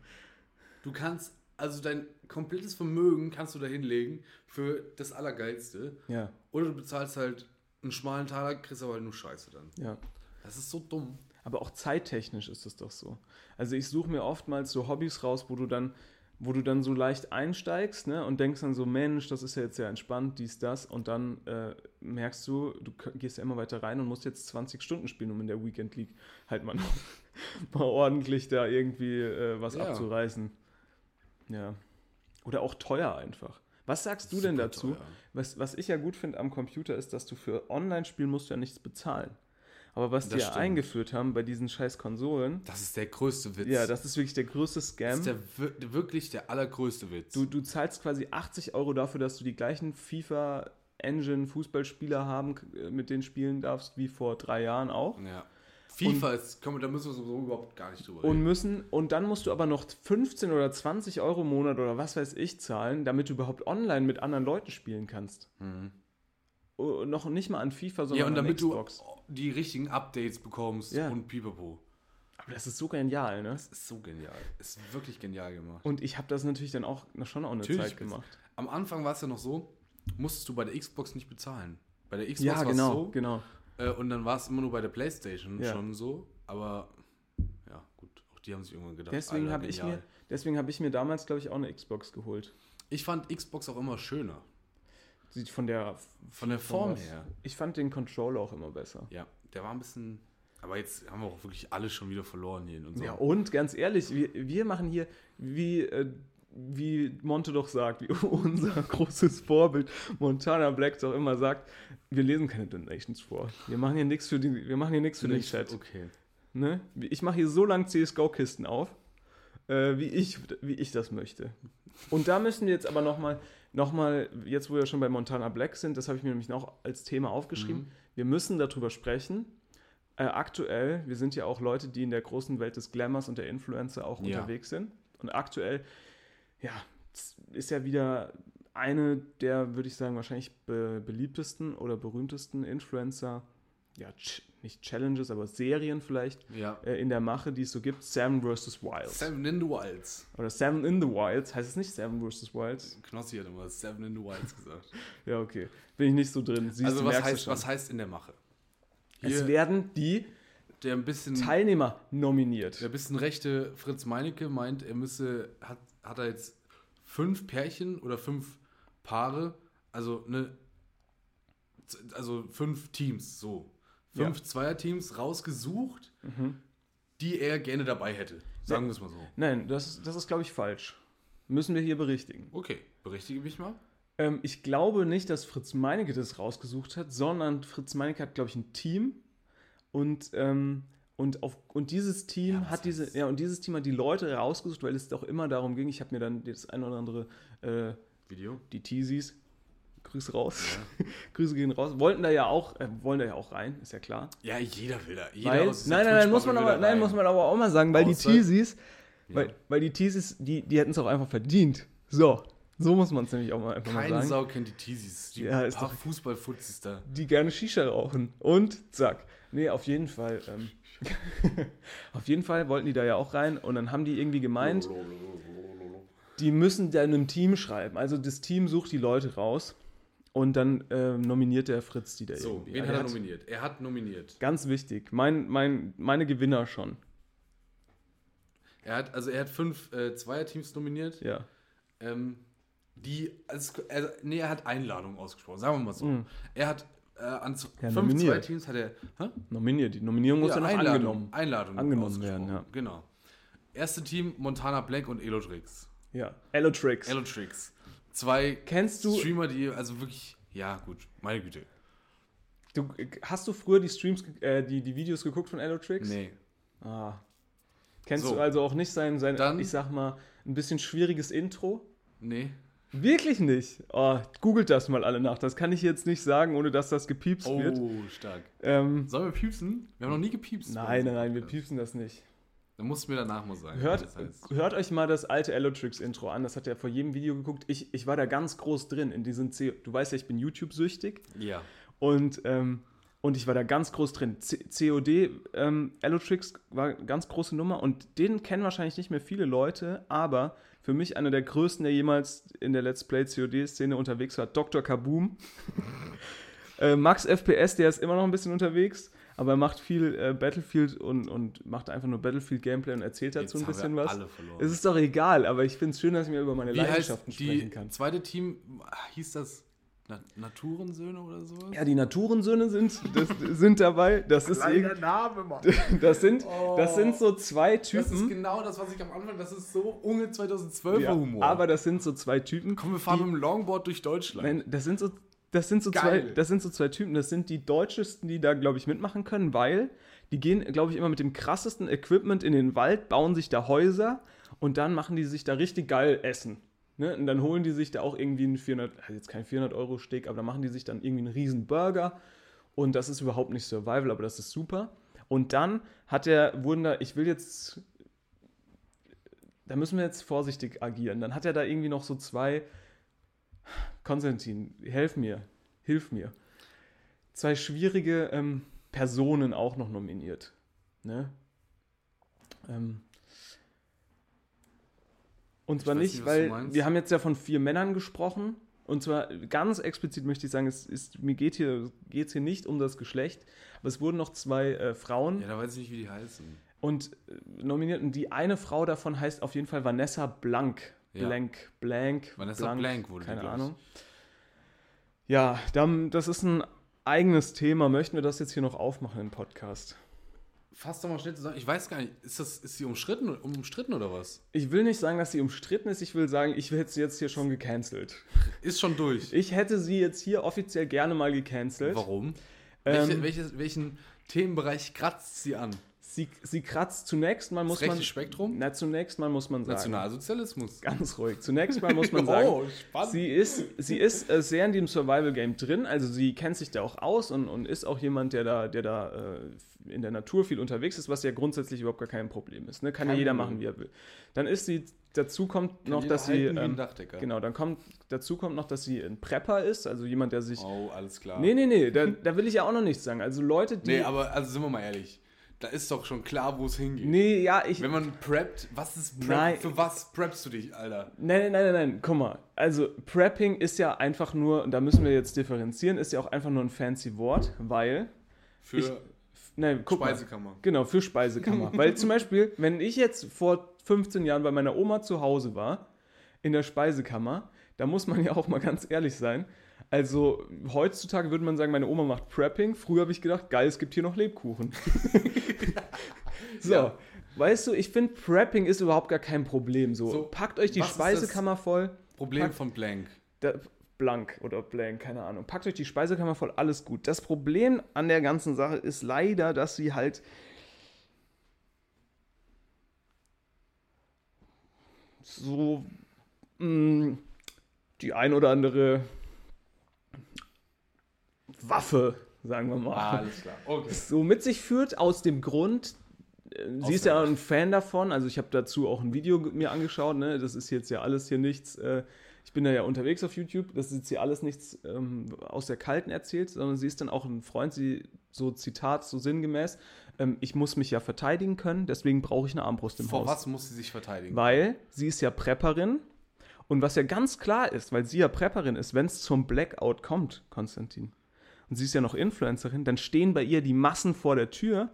Du kannst, also dein komplettes Vermögen kannst du da hinlegen für das Allergeilste. ja, Oder du bezahlst halt einen schmalen Taler, kriegst aber halt nur Scheiße dann. ja. Das ist so dumm. Aber auch zeittechnisch ist es doch so. Also ich suche mir oftmals so Hobbys raus, wo du dann, wo du dann so leicht einsteigst, ne, und denkst dann so, Mensch, das ist ja jetzt sehr entspannt, dies, das, und dann äh, merkst du, du k- gehst ja immer weiter rein und musst jetzt 20 Stunden spielen, um in der Weekend League halt mal, noch, [laughs] mal ordentlich da irgendwie äh, was Ja. abzureißen. Ja. Oder auch teuer einfach. Was sagst du denn Super dazu? teuer. Was, was ich ja gut finde am Computer ist, dass du für Online-Spielen musst du ja nichts bezahlen. Aber was die Das ja stimmt. eingeführt haben bei diesen scheiß Konsolen, Das ist der größte Witz. ja, das ist wirklich der größte Scam. Das ist der, wir- wirklich der allergrößte Witz. du, du zahlst quasi 80 Euro dafür, dass du die gleichen FIFA-Engine-Fußballspieler haben, k- äh, mit denen spielen darfst, wie vor drei Jahren auch. ja. FIFA ist, komm, da müssen wir so überhaupt gar nicht drüber Und müssen, und dann musst du aber noch 15 oder 20 Euro im Monat oder was weiß ich zahlen, damit du überhaupt online mit anderen Leuten spielen kannst. Mhm. Oh, noch nicht mal an FIFA, sondern Ja, und an damit Xbox. du die richtigen Updates bekommst Ja. und pipapo. Aber das ist so genial, ne? Das ist so genial. Ist wirklich genial gemacht. Und ich habe das natürlich dann auch noch schon auch eine Natürlich Zeit gemacht. Am Anfang war es ja noch so, musstest du bei der Xbox nicht bezahlen. Bei der Xbox Ja, war es genau, so. genau. Äh, und dann war es immer nur bei der Playstation Ja. schon so. Aber ja, gut, auch die haben sich irgendwann gedacht. Deswegen Alter, habe ich, genial. mir- deswegen hab ich mir damals, glaube ich, auch eine Xbox geholt. Ich fand Xbox auch immer schöner. Sieht von der Von der von Form was- her. Ich fand den Controller auch immer besser. Ja, der war ein bisschen. Aber jetzt haben wir auch wirklich alle schon wieder verloren hier in Ja, oh, unserem. und ganz ehrlich, wir, wir machen hier, wie, äh, wie Monte doch sagt, [laughs] wie unser großes Vorbild Montana Black doch immer sagt, wir lesen keine Donations vor. Wir machen hier nichts für, die, wir machen hier nichts für den Nicht- Chat. Okay. Ne? Ich mache hier so lang CSGO-Kisten auf, äh, wie, ich, wie ich das möchte. Und da müssen wir jetzt aber nochmal, noch mal, jetzt wo wir schon bei Montana Black sind, das habe ich mir nämlich noch als Thema aufgeschrieben, wir müssen darüber sprechen. Äh, aktuell, wir sind ja auch Leute, die in der großen Welt des Glamours und der Influencer auch Ja. unterwegs sind. Und aktuell, ja, es ist ja wieder eine der, würde ich sagen, wahrscheinlich be beliebtesten oder berühmtesten Influencer, ja, ch nicht Challenges, aber Serien vielleicht Ja. äh, in der Mache, die es so gibt, Sam vs. Wild. Seven in the Wilds. Oder Sam in the Wild. Heißt es nicht Sam vs. Wild? Knossi hat immer Seven in the Wilds gesagt. Ja, okay. Bin ich nicht so drin. Siehst also, du, was merkst du heißt, schon. was heißt in der Mache? es Hier- werden die Der ein bisschen. Teilnehmer nominiert. Der bisschen rechte Fritz Meinecke meint, er müsse, hat, hat er jetzt fünf Pärchen oder fünf Paare, also ne, z- also fünf Teams, so. Fünf Zweierteams rausgesucht, Mhm. die er gerne dabei hätte. Sagen wir es mal so. Nein, das, das ist, glaube ich, falsch. Müssen wir hier berichtigen. Okay, berichtige mich mal. Ähm, ich glaube nicht, dass Fritz Meinecke das rausgesucht hat, sondern Fritz Meinecke hat, glaube ich, ein Team und, ähm, und, auf, und dieses Team Ja, was hat diese, heißt- ja, und dieses Team hat die Leute rausgesucht, weil es doch immer darum ging. Ich habe mir dann das ein oder andere äh, Video. die Teasies, Grüße raus. [laughs] Grüße gehen raus. Wollten da ja auch, äh, wollen da ja auch rein, ist ja klar. Ja, jeder will da. Jeder Weil, aus dieser nein, nein, nein, muss man Twitch-Bubble aber, will da nein, rein. muss man aber auch mal sagen, weil Außer- die Teasies, weil, weil die Teasies, die, die hätten es auch einfach verdient. So, so muss man es nämlich auch mal einfach mal Keine sagen. Sau kennt die Teasies. Die Ja, ist paar doch- Fußballfutzis da. die gerne Shisha rauchen. Und zack. Nee, auf jeden Fall. Ähm, [laughs] auf jeden Fall wollten die da ja auch rein und dann haben die irgendwie gemeint, die müssen da in einem Team schreiben. Also das Team sucht die Leute raus Und dann ähm, nominiert der Fritz die da So, irgendwie. wen Der hat er nominiert? Er hat nominiert. Ganz wichtig, mein, mein, meine Gewinner schon. Er hat, also er hat fünf äh, Zweierteams nominiert. Ja. Ähm, die, also, es- also, nee, er hat Einladung ausgesprochen, sagen wir mal so. Er hat äh, an z- Hm. Ja, fünf nominiert. Zweierteams hat er, hä? Nominiert. Die Nominierung muss ja, noch Einladung, angenommen. Einladung Angenommen werden, ausgesprochen. Genau. Erste Team Montana Black und Elotrix. Ja. Elotrix. Elotrix. Zwei Kennst du- Streamer, die also wirklich ja, gut, meine Güte. du, äh, hast du früher die Streams, ge- äh, die, die Videos geguckt von Elotrix? Nee. Ah. Kennst So. du also auch nicht sein, sein Dann- ich sag mal, ein bisschen schwieriges Intro? Nee. Wirklich nicht. Oh, googelt das mal alle nach. Das kann ich jetzt nicht sagen, ohne dass das gepiepst Oh, wird. stark. Ähm, Sollen wir piepsen? Wir haben noch nie gepiepst. nein, nein, nein, wir piepsen das nicht. Dann musst du mir danach mal sagen. Hört, was das heißt. hört euch mal das alte Allotrix-Intro an. Das hat er vor jedem Video geguckt. Ich, ich war da ganz groß drin in diesen C. Du weißt ja, ich bin YouTube-süchtig. Ja. Und, ähm, und ich war da ganz groß drin. C COD, ähm, Allotrix war eine ganz große Nummer und den kennen wahrscheinlich nicht mehr viele Leute, aber für mich einer der größten, der jemals in der Let's Play COD-Szene unterwegs war, Dr. [laughs] Kaboom. äh, Max FPS, der ist immer noch ein bisschen unterwegs, aber er macht viel äh, Battlefield und, und macht einfach nur Battlefield-Gameplay und erzählt Jetzt dazu ein haben wir bisschen was. alle verloren. Es ist doch egal, aber ich finde es schön, dass ich mir über meine Wie heißt Leidenschaften die sprechen kann. zweite Team hieß das Na Naturensöhne oder sowas? Ja, die Naturensöhne sind, das, sind dabei. Das ist irgendwie- Name, Mann. [laughs] Das sind, das sind so zwei Oh, Das ist Typen. genau das, was ich am Anfang, das ist so unge 2012er ja, Humor. aber das sind so zwei Typen. Komm, wir fahren um mit dem Longboard durch Deutschland. Nein, das sind so, das sind so zwei, Geil. das sind so zwei Typen. Das sind die deutschesten, die da glaube ich mitmachen können, weil die gehen, glaube ich, immer mit dem krassesten Equipment in den Wald, bauen sich da Häuser und dann machen die sich da richtig geil Essen. Ne? Und dann holen die sich da auch irgendwie einen 400, also jetzt kein 400 Euro Steak, aber dann machen die sich dann irgendwie einen riesen Burger Und das ist überhaupt nicht Survival, aber das ist super. Und dann hat er, wurden da, ich will jetzt, da müssen wir jetzt vorsichtig agieren. Dann hat er da irgendwie noch so zwei, Konstantin, helf mir, hilf mir. Zwei schwierige ähm, Personen auch noch nominiert. Ne? Ähm, und zwar weiß nicht, nicht, was du weil meinst. wir haben jetzt ja von vier Männern gesprochen. Und zwar ganz explizit möchte ich sagen, es ist, mir geht hier, geht's hier nicht um das Geschlecht, aber es wurden noch zwei äh, Frauen Ja, da weiß ich nicht, wie die heißen. und äh, nominiert. Und die eine Frau davon heißt auf jeden Fall Vanessa Blank. Ja. Blank, Blank. Vanessa Blank wurde die, Keine glaub ich. Ahnung. Ja, dann, das ist ein eigenes Thema. Möchten wir das jetzt hier noch aufmachen im Podcast? Fass doch mal schnell zusammen. Ich weiß gar nicht, ist das ist sie umstritten, umstritten oder was? Ich will nicht sagen, dass sie umstritten ist. Ich will sagen, ich hätte sie jetzt hier schon gecancelt. Ist schon durch. Ich hätte sie jetzt hier offiziell gerne mal gecancelt. Warum? Welche, Ähm, welches, welchen Themenbereich kratzt sie an? Sie, sie kratzt zunächst mal, muss das rechte man. Spektrum? Na, zunächst mal muss man sagen. Nationalsozialismus. Ganz ruhig. Zunächst mal muss man sagen, [laughs] Oh, spannend. sie ist, sie ist äh, sehr in dem Survival-Game drin, also sie kennt sich da auch aus und, und ist auch jemand, der da, der da äh, in der Natur viel unterwegs ist, was ja grundsätzlich überhaupt gar kein Problem ist. Ne? Kann Kein ja jeder Problem. machen, wie er will. Dann ist sie, dazu kommt noch, jeder dass sie. halten wie ein Ähm, Dachdecker. genau, dann kommt, dazu kommt noch, dass sie ein Prepper ist, also jemand, der sich. Oh, alles klar. Nee, nee, nee, da, da will ich ja auch noch nichts sagen. Also Leute, die. Nee, aber also sind wir mal ehrlich. Da ist doch schon klar, wo es hingeht. nee ja, ich. Wenn man preppt, was ist Prep? Nein. Für was preppst du dich, Alter? Nein, nein, nein, nein, nein, guck mal. Also, Prepping ist ja einfach nur, und da müssen wir jetzt differenzieren, ist ja auch einfach nur ein fancy Wort, weil. Für Nein, guck Speisekammer. Mal. Genau, für [laughs] Speisekammer. weil zum Beispiel, wenn ich jetzt vor 15 Jahren bei meiner Oma zu Hause war, in der Speisekammer, da muss man ja auch mal ganz ehrlich sein. Also, heutzutage würde man sagen, meine Oma macht Prepping. Früher habe ich gedacht, geil, es gibt hier noch [laughs] Lebkuchen. so. Ja. Weißt du, ich finde, Prepping ist überhaupt gar kein Problem. So, So, packt euch die was ist das- Speisekammer voll. Problem Pack- von Blank. da, blank oder blank, keine Ahnung. Packt euch die Speisekammer voll, alles gut. Das Problem an der ganzen Sache ist leider, dass sie halt. so. Mh, die ein oder andere. Waffe, sagen wir mal Alles klar. Okay. so mit sich führt, aus dem Grund, äh, sie ist ja Ausländer. ein Fan davon, also ich habe dazu auch ein Video ge- mir angeschaut, ne? das ist jetzt ja alles hier nichts, äh, ich bin da ja unterwegs auf YouTube, das ist jetzt hier alles nichts ähm, aus der Kalten erzählt, sondern sie ist dann auch ein Freund, sie so Zitat, so sinngemäß, ähm, ich muss mich ja verteidigen können, deswegen brauche ich eine Armbrust im Vor Haus. was muss sie sich verteidigen? Weil sie ist ja Prepperin Und was ja ganz klar ist, weil sie ja Prepperin ist, wenn es zum Blackout kommt, Konstantin, und sie ist ja noch Influencerin, dann stehen bei ihr die Massen vor der Tür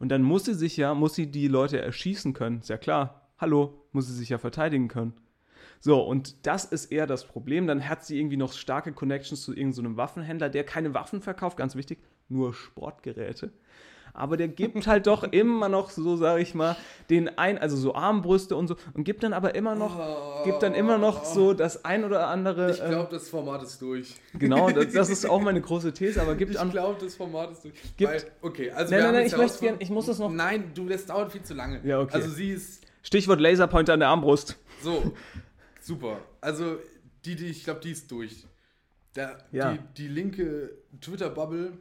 und dann muss sie sich ja, muss sie die Leute erschießen können. Ist ja klar. Hallo, muss sie sich ja verteidigen können. So, und das ist eher das Problem. Dann hat sie irgendwie noch starke Connections zu irgendeinem so einem Waffenhändler, der keine Waffen verkauft, ganz wichtig, nur Sportgeräte. Aber der gibt halt [laughs] doch immer noch, so sage ich mal, den ein, also so Armbrüste und so, und gibt dann aber immer noch, gibt dann immer noch so das ein oder andere. Oh. Ich glaube, das Format ist durch. äh, genau, das, das ist auch meine große These, aber gibt Ich an. glaube, das Format ist durch. Gibt- Weil, okay, Nein, also wir nein, haben nein, jetzt ich möchte herausgefunden- gerne, ich muss das noch. Nein, du, das dauert viel zu lange. Ja, okay. Also sie ist Stichwort Laserpointer an der Armbrust. [laughs] so super. Also die, die ich glaube, die ist durch. Da, Ja. die, die linke Twitter-Bubble,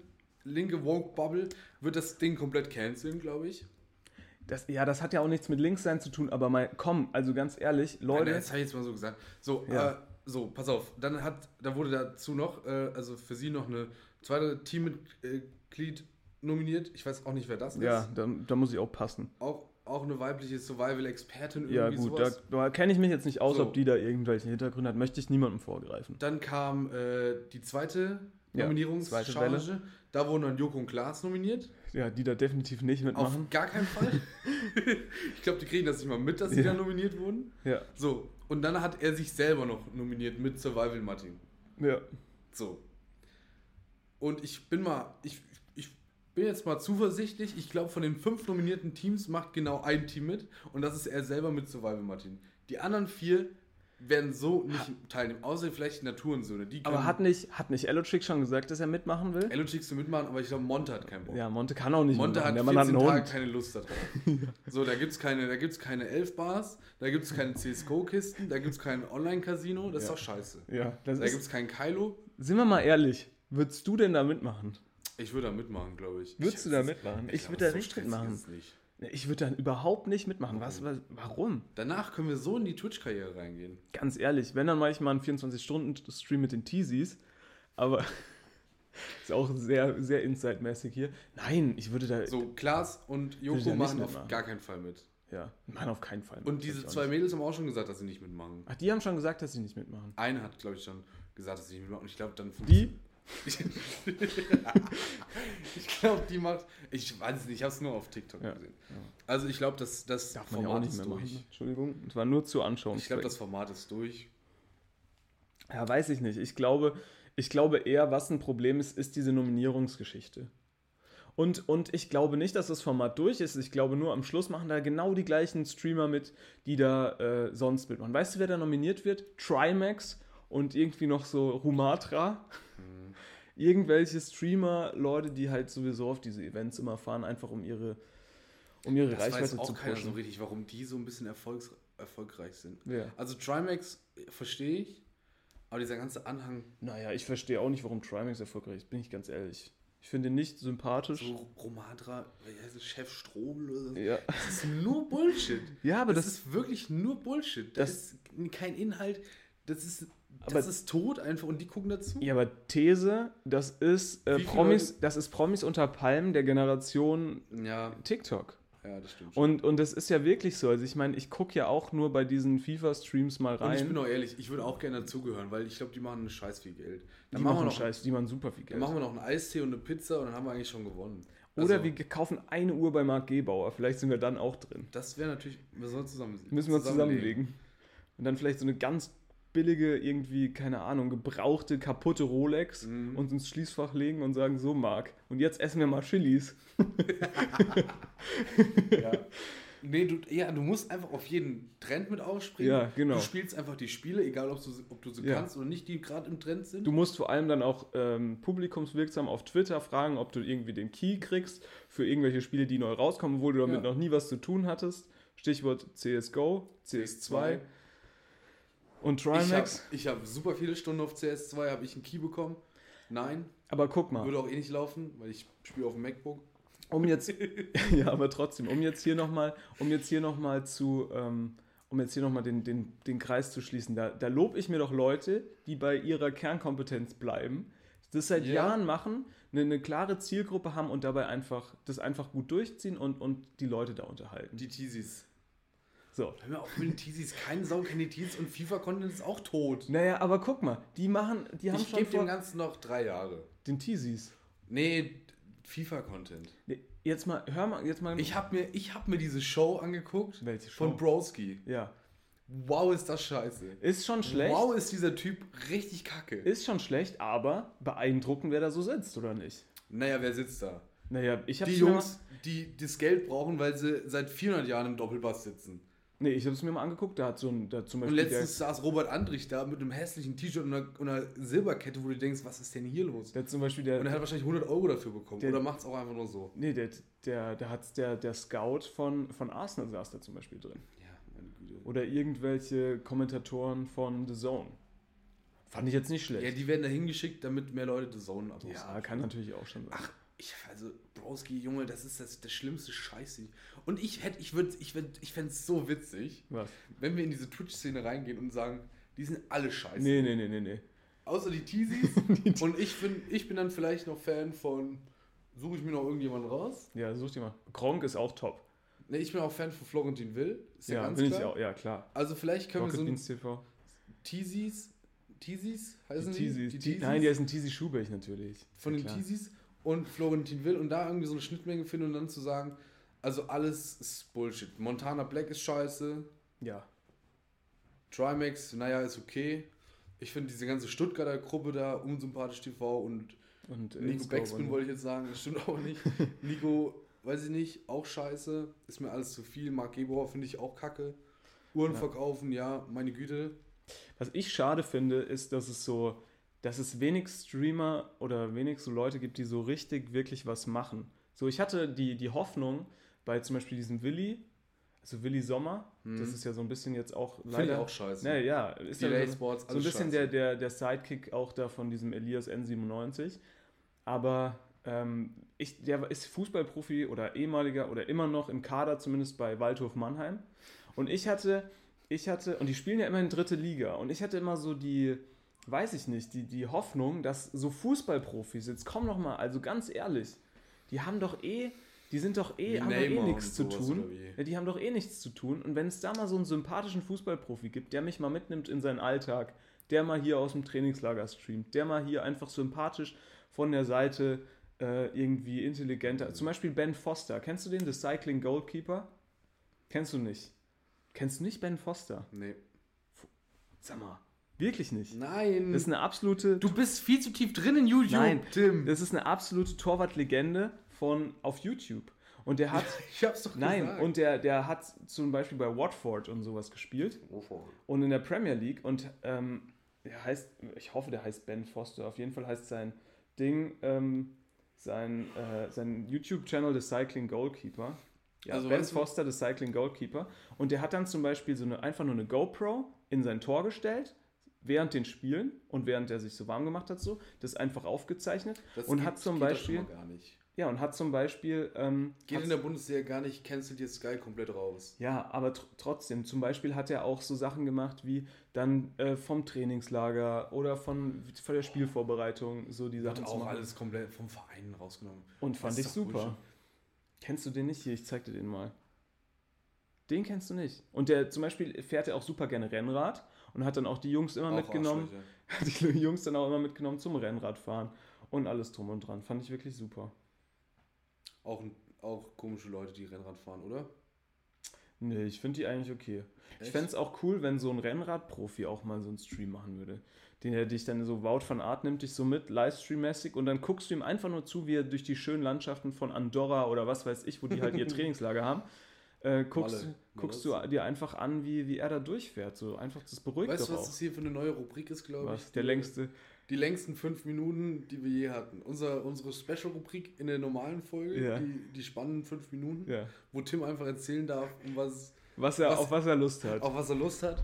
linke Woke-Bubble wird das Ding komplett canceln, glaube ich. Das, ja, das hat ja auch nichts mit Linkssein zu tun, aber mal, komm, also ganz ehrlich, Leute. Leute. Das habe ich jetzt mal so gesagt. So, Ja. äh, so, pass auf. Dann hat, da wurde dazu noch, äh, also für sie noch eine zweite Teammitglied nominiert. Ich weiß auch nicht, wer das ja, ist. da, da muss ich auch passen. Auch, auch eine weibliche Survival-Expertin Ja, irgendwie gut, da, sowas. da kenne ich mich jetzt nicht aus, So. ob die da irgendwelche Hintergründe hat. Möchte ich niemandem vorgreifen. Dann kam äh, die zweite Ja, Nominierungschallenge. zweite da wurden dann Joko und Klaas nominiert. Ja, die da definitiv nicht Auf mitmachen. gar [laughs] keinen Fall. ich glaube, die kriegen das nicht mal mit, dass sie Ja. da nominiert wurden. Ja, So, und dann hat er sich selber noch nominiert mit Survival Martin. ja. So. Und ich bin mal, ich, ich bin jetzt mal zuversichtlich. Ich glaube, von den fünf nominierten Teams macht genau ein Team mit. Und das ist er selber mit Survival Martin. Die anderen vier werden so nicht teilnehmen. Außer vielleicht die Naturensöhne. Die Aber hat nicht, hat nicht Elotrick schon gesagt, dass er mitmachen will? Elo Chicks zu mitmachen, aber ich glaube, Monte hat keinen Bock. Ja, Monte kann auch nicht Monte mitmachen. hat der 14 Mann hat einen Tage Hund. keine [laughs] Lust darauf. So, da gibt es keine, da gibt's keine Elf-Bars, da gibt es keine CSGO-Kisten, da gibt es kein Online-Casino. Das ist doch scheiße. Ja, das Da gibt ist, es keinen Kylo. sind wir mal ehrlich, würdest du denn da mitmachen? Ich würde da mitmachen, glaube ich. Würdest ich, du da mitmachen? Ich glaub, würde da so nicht stressig mitmachen. ist es Nicht. Ich würde da überhaupt nicht mitmachen. Was, was, warum? Danach können wir so in die Twitch-Karriere reingehen. Ganz ehrlich, wenn dann mache ich mal einen 24-Stunden-Stream mit den Teasies, aber [laughs] ist auch sehr, sehr insight-mäßig hier. Nein, ich würde da. So, Klaas Will ich und ja Joko nicht machen auf mitmachen. gar keinen Fall mit. Ja, nein, auf keinen Fall. Und Das diese glaub ich auch zwei nicht. Mädels haben auch schon gesagt, dass sie nicht mitmachen. Ach, die haben schon gesagt, dass sie nicht mitmachen. Eine hat, glaube ich, schon gesagt, dass sie nicht mitmachen. Und ich glaube, dann. Die? [laughs] ich glaube, die macht. Ich weiß es nicht, ich habe es nur auf TikTok Ja, gesehen. Also, ich glaube, das, das Darf man ja auch nicht ist mehr durch. machen. ne? Entschuldigung. Es war nur zur Anschauung. Ich glaube, das Format ist durch. Ja, weiß ich nicht. Ich glaube, ich glaube eher, was ein Problem ist, ist diese Nominierungsgeschichte. Und, und ich glaube nicht, dass das Format durch ist. Ich glaube nur, am Schluss machen da genau die gleichen Streamer mit, die da äh, sonst mitmachen. Weißt du, wer da nominiert wird? Trimax und irgendwie noch so Rumatra. Mhm. Irgendwelche Streamer, Leute, die halt sowieso auf diese Events immer fahren, einfach um ihre, um ihre Das weiß Reichweite auch zu keiner so pushen. richtig, warum die so ein bisschen erfolgs erfolgreich sind. Ja. Also Trimax äh, verstehe ich, aber dieser ganze Anhang, naja, ich verstehe auch nicht, warum Trimax erfolgreich ist, bin ich ganz ehrlich. Ich finde ihn nicht sympathisch. so Romadra, wie heißt es, Chef Strobel oder so, Ja. das ist nur Bullshit. Ja, aber das, das- ist wirklich nur Bullshit. Das- Das, ist kein Inhalt, das ist, Aber- das ist tot einfach und die gucken dazu. Ja, aber These, das ist äh, Wie viele Promis, das ist Promis unter Palmen der Generation Ja, TikTok. ja, das stimmt. Und, und das ist ja wirklich so. Also ich meine, ich gucke ja auch nur bei diesen FIFA-Streams mal Und ich rein. bin auch ehrlich, ich würde auch gerne dazugehören, weil ich glaube, die machen einen scheiß viel Geld. Dann die machen, wir machen noch, Scheiß, die machen super viel dann Geld. machen wir noch einen Eistee und eine Pizza und dann haben wir eigentlich schon gewonnen. Oder Also, wir kaufen eine Uhr bei Marc Gebauer. Vielleicht sind wir dann auch drin. Das wäre natürlich, wir sollen zusammen. Müssen wir uns zusammenlegen. Und dann vielleicht so eine ganz billige, irgendwie, keine Ahnung, gebrauchte, kaputte Rolex Mhm. uns ins Schließfach legen und sagen, so Marc, und jetzt essen wir mal Chilis. Nee, du, ja, du musst einfach auf jeden Trend mit aufspringen. Ja, genau. Du spielst einfach die Spiele, egal ob du, sie- ob du sie Ja. kannst oder nicht, die gerade im Trend sind. Du musst vor allem dann auch ähm, publikumswirksam auf Twitter fragen, ob du irgendwie den Key kriegst für irgendwelche Spiele, die neu rauskommen, wo du damit Ja. noch nie was zu tun hattest. Stichwort CSGO, CS2 und ich habe Trimax. hab super viele Stunden auf CS2, habe ich einen Key bekommen. Nein, Aber guck mal, würde auch eh nicht laufen, weil ich spiele auf dem MacBook. um jetzt, [laughs] ja, aber trotzdem, um jetzt hier nochmal, um jetzt hier noch mal zu, ähm, um jetzt hier nochmal den, den, den Kreis zu schließen, da, da lob ich mir doch Leute, die bei ihrer Kernkompetenz bleiben, das seit Ja. Jahren machen, eine, eine klare Zielgruppe haben und dabei einfach das einfach gut durchziehen und, und die Leute da unterhalten. Die Teasies. So. Hör mir auf mit den Teasies. Keine Sau kennt die Teasies und FIFA-Content ist auch tot. Naja, aber guck mal, die machen, die haben Ich schon gebe dem vor Ganzen noch drei Jahre. den Teasies. Nee, FIFA-Content. Nee, Jetzt mal, hör mal, jetzt mal. Ich habe mir, ich hab mir diese Show angeguckt Welche Show? von Broski. ja. Wow, ist das scheiße. Ist schon schlecht. Wow, ist dieser Typ richtig kacke. Ist schon schlecht, aber beeindruckend, wer da so sitzt, oder nicht? naja, wer sitzt da? Naja, ich hab's Die mir Jungs, die das Geld brauchen, weil sie seit 400 Jahren im Doppelpass sitzen. Mal, nee, ich hab's mir mal angeguckt, da hat so ein, da hat zum Und Beispiel. letztens saß Robert Andrich da mit einem hässlichen T-Shirt und einer, und einer Silberkette, wo du denkst, was ist denn hier los? der, der zum Beispiel der. Und er hat wahrscheinlich 100 Euro dafür bekommen. Der- Oder macht es auch einfach nur so. nee, der, der, der hat's der, der Scout von, von Arsenal saß da zum Beispiel drin. Ja, meine Güte. Oder irgendwelche Kommentatoren von The Zone. Fand ich jetzt nicht schlecht. Ja, die werden da hingeschickt, damit mehr Leute The Zone abrufen. Ja, kann natürlich auch schon sein. Ich, also, Broski, Junge, das ist das, das schlimmste Scheiß. hier. Und ich hätte, ich würde, ich, würd, ich fände es so witzig, Was? wenn wir in diese Twitch-Szene reingehen und sagen, die sind alle scheiße. Nee, nee, nee, nee, nee. Außer [laughs] die Teasies. und ich bin, ich bin dann vielleicht noch Fan von, suche ich mir noch irgendjemanden raus. Ja, such dir mal. Kronk ist auch top. Nee, ich bin auch Fan von Florentin Will. Ist ja, ja, ganz bin klar. ich auch. Ja, klar. Also vielleicht können Rocket wir so ein Beans TV. Teasies, Teasies Die heißen die? Teasies. Die Die- Teasies? Nein, der ist ein Teasy Schubech natürlich. von ja, den klar. Teasies und Florentin Will und da irgendwie so eine Schnittmenge finden und dann zu sagen, also alles ist Bullshit. Montana Black ist scheiße, Ja. Trimax, naja, ist okay. Ich finde diese ganze Stuttgarter Gruppe da, unsympathisch TV und Und äh, Nico Scorer, Backspin ne? wollte ich jetzt sagen, das stimmt auch [laughs] nicht. Nico, weiß ich nicht, auch scheiße, ist mir alles zu viel. Marc Gebauer finde ich auch kacke. Uhren Ja. verkaufen, ja, meine Güte. Was ich schade finde, ist, dass es so, dass es wenig Streamer oder wenig so Leute gibt, die so richtig wirklich was machen. So, ich hatte die, die Hoffnung bei zum Beispiel diesem Willi, also Willi Sommer, das ist ja so ein bisschen jetzt auch Mhm. Finde ich leider. auch scheiße. Ne, ja, ist ja Delay so- Sports, so ein alles bisschen scheiße. der, der, der Sidekick auch da von diesem Elias N97. Aber ähm, ich, der ist Fußballprofi oder ehemaliger oder immer noch im Kader, zumindest bei Waldhof Mannheim. Und ich hatte, ich hatte, und die spielen ja immer in dritte Liga. Und ich hatte immer so die, weiß ich nicht, die, die Hoffnung, dass so Fußballprofis, jetzt komm noch mal, also ganz ehrlich, die haben doch eh, die sind doch eh, Wie haben doch eh Neymar nichts zu und sowas tun. oder wie? Ja, die haben doch eh nichts zu tun. Und wenn es da mal so einen sympathischen Fußballprofi gibt, der mich mal mitnimmt in seinen Alltag, der mal hier aus dem Trainingslager streamt, der mal hier einfach sympathisch von der Seite äh, irgendwie intelligenter. Zum Beispiel Ben Foster. Kennst du den? The Cycling Goalkeeper? Kennst du nicht? Kennst du nicht Ben Foster? Nee. Sag mal, wirklich nicht. Nein. Das ist eine absolute du bist viel zu tief drin in YouTube, Nein, Tim. Das ist eine absolute Torwartlegende von auf YouTube. Und der hat. [laughs] ich hab's doch nein, gesagt. und der, der hat zum Beispiel bei Watford und sowas gespielt. Und in der Premier League. Und ähm, der heißt, ich hoffe, der heißt Ben Foster. Auf jeden Fall heißt sein Ding, ähm, sein, äh, sein YouTube-Channel The Cycling Goalkeeper. Ja, Also also Ben weißt du- Foster, The Cycling Goalkeeper. Und der hat dann zum Beispiel so eine, einfach nur eine GoPro in sein Tor gestellt, während den Spielen und während er sich so warm gemacht hat, so, das einfach aufgezeichnet. Das und geht- hat zum geht doch schon Beispiel, mal Gar nicht. ja, und hat zum Beispiel, ähm, Geht hat, in der Bundesliga gar nicht, cancelt jetzt Sky komplett raus. ja, aber tr trotzdem, zum Beispiel hat er auch so Sachen gemacht wie dann äh, vom Trainingslager oder von, von der Spielvorbereitung, so die Wird Sachen. zu auch machen. alles komplett vom Verein rausgenommen. Und fand Das ist ich doch super. Bullshit. Kennst du den nicht hier? Ich zeig dir den mal. Den kennst du nicht. Und der zum Beispiel fährt er auch super gerne Rennrad und hat dann auch die Jungs immer Auch mitgenommen, Arschlöcher. hat [laughs] die Jungs dann auch immer mitgenommen zum Rennradfahren und alles drum und dran. Fand ich wirklich super. Auch, auch komische Leute, die Rennrad fahren, oder? Nee, ich finde die eigentlich okay. Ich Echt? fände es auch cool, wenn so ein Rennradprofi auch mal so einen Stream machen würde. Den er dich dann so, Wout van Art nimmt dich so mit, Livestream-mäßig und dann guckst du ihm einfach nur zu, wie er durch die schönen Landschaften von Andorra oder was weiß ich, wo die [laughs] halt ihr Trainingslager haben, äh, guckst, Malle. guckst du dir einfach an, wie, wie er da durchfährt. So einfach, das beruhigt Weißt du, doch was auch. das hier für eine neue Rubrik ist, glaube ich? Was, der Die- längste. Die längsten fünf Minuten, die wir je hatten. Unser, unsere Special-Rubrik in der normalen Folge, Ja. die, die spannenden fünf Minuten, Ja. wo Tim einfach erzählen darf, um was, Was er, Was- auf was er Lust hat. auf was er Lust hat.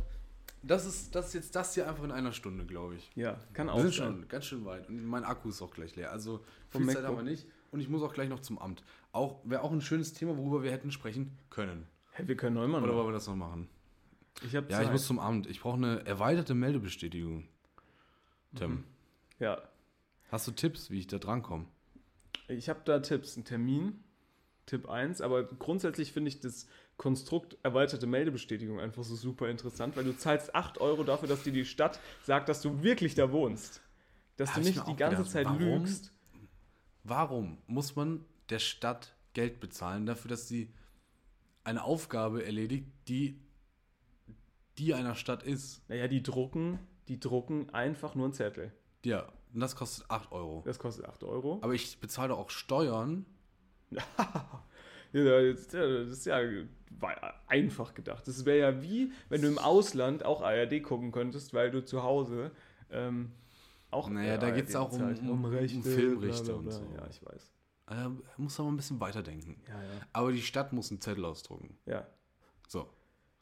Das ist, das ist jetzt das hier einfach in einer Stunde, glaube ich. Ja, kann auch Wir sind sein. schon ganz schön weit und mein Akku ist auch gleich leer. Also Vom viel Zeit haben MacBook. wir nicht. Und ich muss auch gleich noch zum Amt. Auch wäre auch ein schönes Thema, worüber wir hätten sprechen können. Hey, wir können Neumann Oder machen. wollen wir das noch machen? Ich hab Genau. Ja, Zeit. ich muss zum Amt. Ich brauche eine erweiterte Meldebestätigung. Tim, ja. hast du Tipps, wie ich da drankomme? Ich habe da Tipps. Einen Termin. Tipp 1. Aber grundsätzlich finde ich das Konstrukt erweiterte Meldebestätigung einfach so super interessant, weil du zahlst 8 Euro dafür, dass dir die Stadt sagt, dass du wirklich da wohnst. Dass Hab du ich nicht mir die auch ganze gedacht, Zeit warum? lügst. Warum muss man der Stadt Geld bezahlen dafür, dass sie eine Aufgabe erledigt, die die einer Stadt ist? Naja, die drucken, die drucken einfach nur einen Zettel. Ja, und das kostet 8 Euro. Das kostet 8 Euro. Aber ich bezahle doch auch Steuern. Ja, jetzt, ja, das ist ja wei- einfach gedacht. Das wäre ja wie, wenn du im Ausland auch ARD gucken könntest, weil du zu Hause ähm, auch. Naja, äh, da geht's ARD auch um- bezahlt. um- um Filmrechte bla, bla, und bla. so. Ja, ich weiß. Äh, muss aber ein bisschen weiterdenken. Ja, ja. Aber die Stadt muss einen Zettel ausdrucken. Ja. So.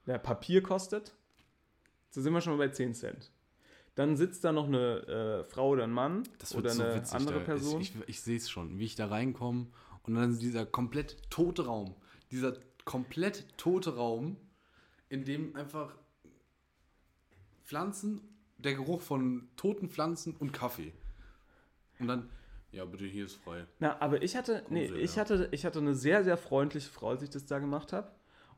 ja Papier kostet. Da sind wir schon mal bei 10 Cent. Dann sitzt da noch eine äh, Frau oder ein Mann Das wird oder so eine witzig. andere da. Person. Ich, ich, ich sehe es schon, wie ich da reinkomme und dann dieser komplett tote Raum. Dieser komplett tote Raum, in dem einfach Pflanzen, der Geruch von toten Pflanzen und Kaffee. Und dann, ja, bitte, hier ist frei. Na, aber ich hatte, nee, Grusel, ich ja. hatte, ich hatte eine sehr, sehr freundliche Frau, als ich das da gemacht habe.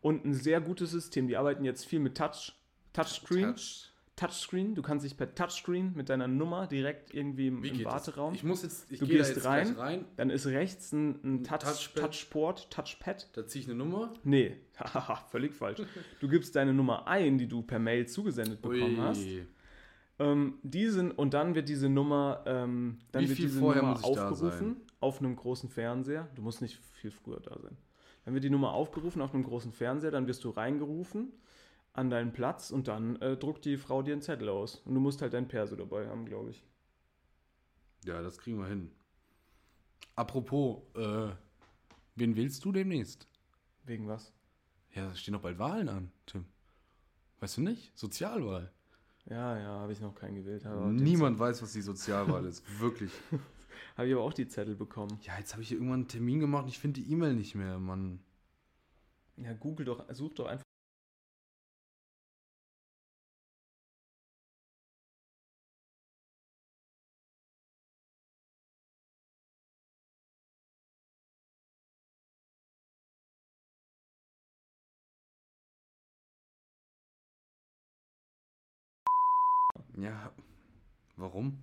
Und ein sehr gutes System. Die arbeiten jetzt viel mit Touch, Touchscreen. Touch. Touchscreen. Du kannst dich per Touchscreen mit deiner Nummer direkt irgendwie im, Wie im geht Warteraum. Das? Ich muss jetzt, ich Du gehe da gehst jetzt rein. rein. rein, Dann ist rechts ein, ein Touch, Touchpad. Touchport, Touchpad. da ziehe ich eine Nummer. Nee, [laughs] hahaha, völlig falsch. Du gibst deine Nummer ein, die du per Mail zugesendet bekommen hast. Ui. Ähm, die sind, und dann wird diese Nummer, ähm, dann Wie wird viel diese vorher Nummer muss ich da aufgerufen sein? auf einem großen Fernseher. Du musst nicht viel früher da sein. Dann wird die Nummer aufgerufen auf einem großen Fernseher, dann wirst du reingerufen an deinen Platz und dann äh, druckt die Frau dir einen Zettel aus. Und du musst halt dein Perso dabei haben, glaube ich. Ja, das kriegen wir hin. Apropos, äh, wen willst du demnächst? Wegen was? Ja, es stehen doch bald Wahlen an, Tim. Weißt du nicht? Sozialwahl. Ja, ja, habe ich noch keinen gewählt. aber den Niemand weiß, was die Sozialwahl ist. Wirklich. Ze- Habe ich aber auch die Zettel bekommen. Ja, jetzt habe ich hier irgendwann einen Termin gemacht und ich finde die E-Mail nicht mehr, Mann. Ja, google doch, such doch einfach. [laughs] Ja. Warum?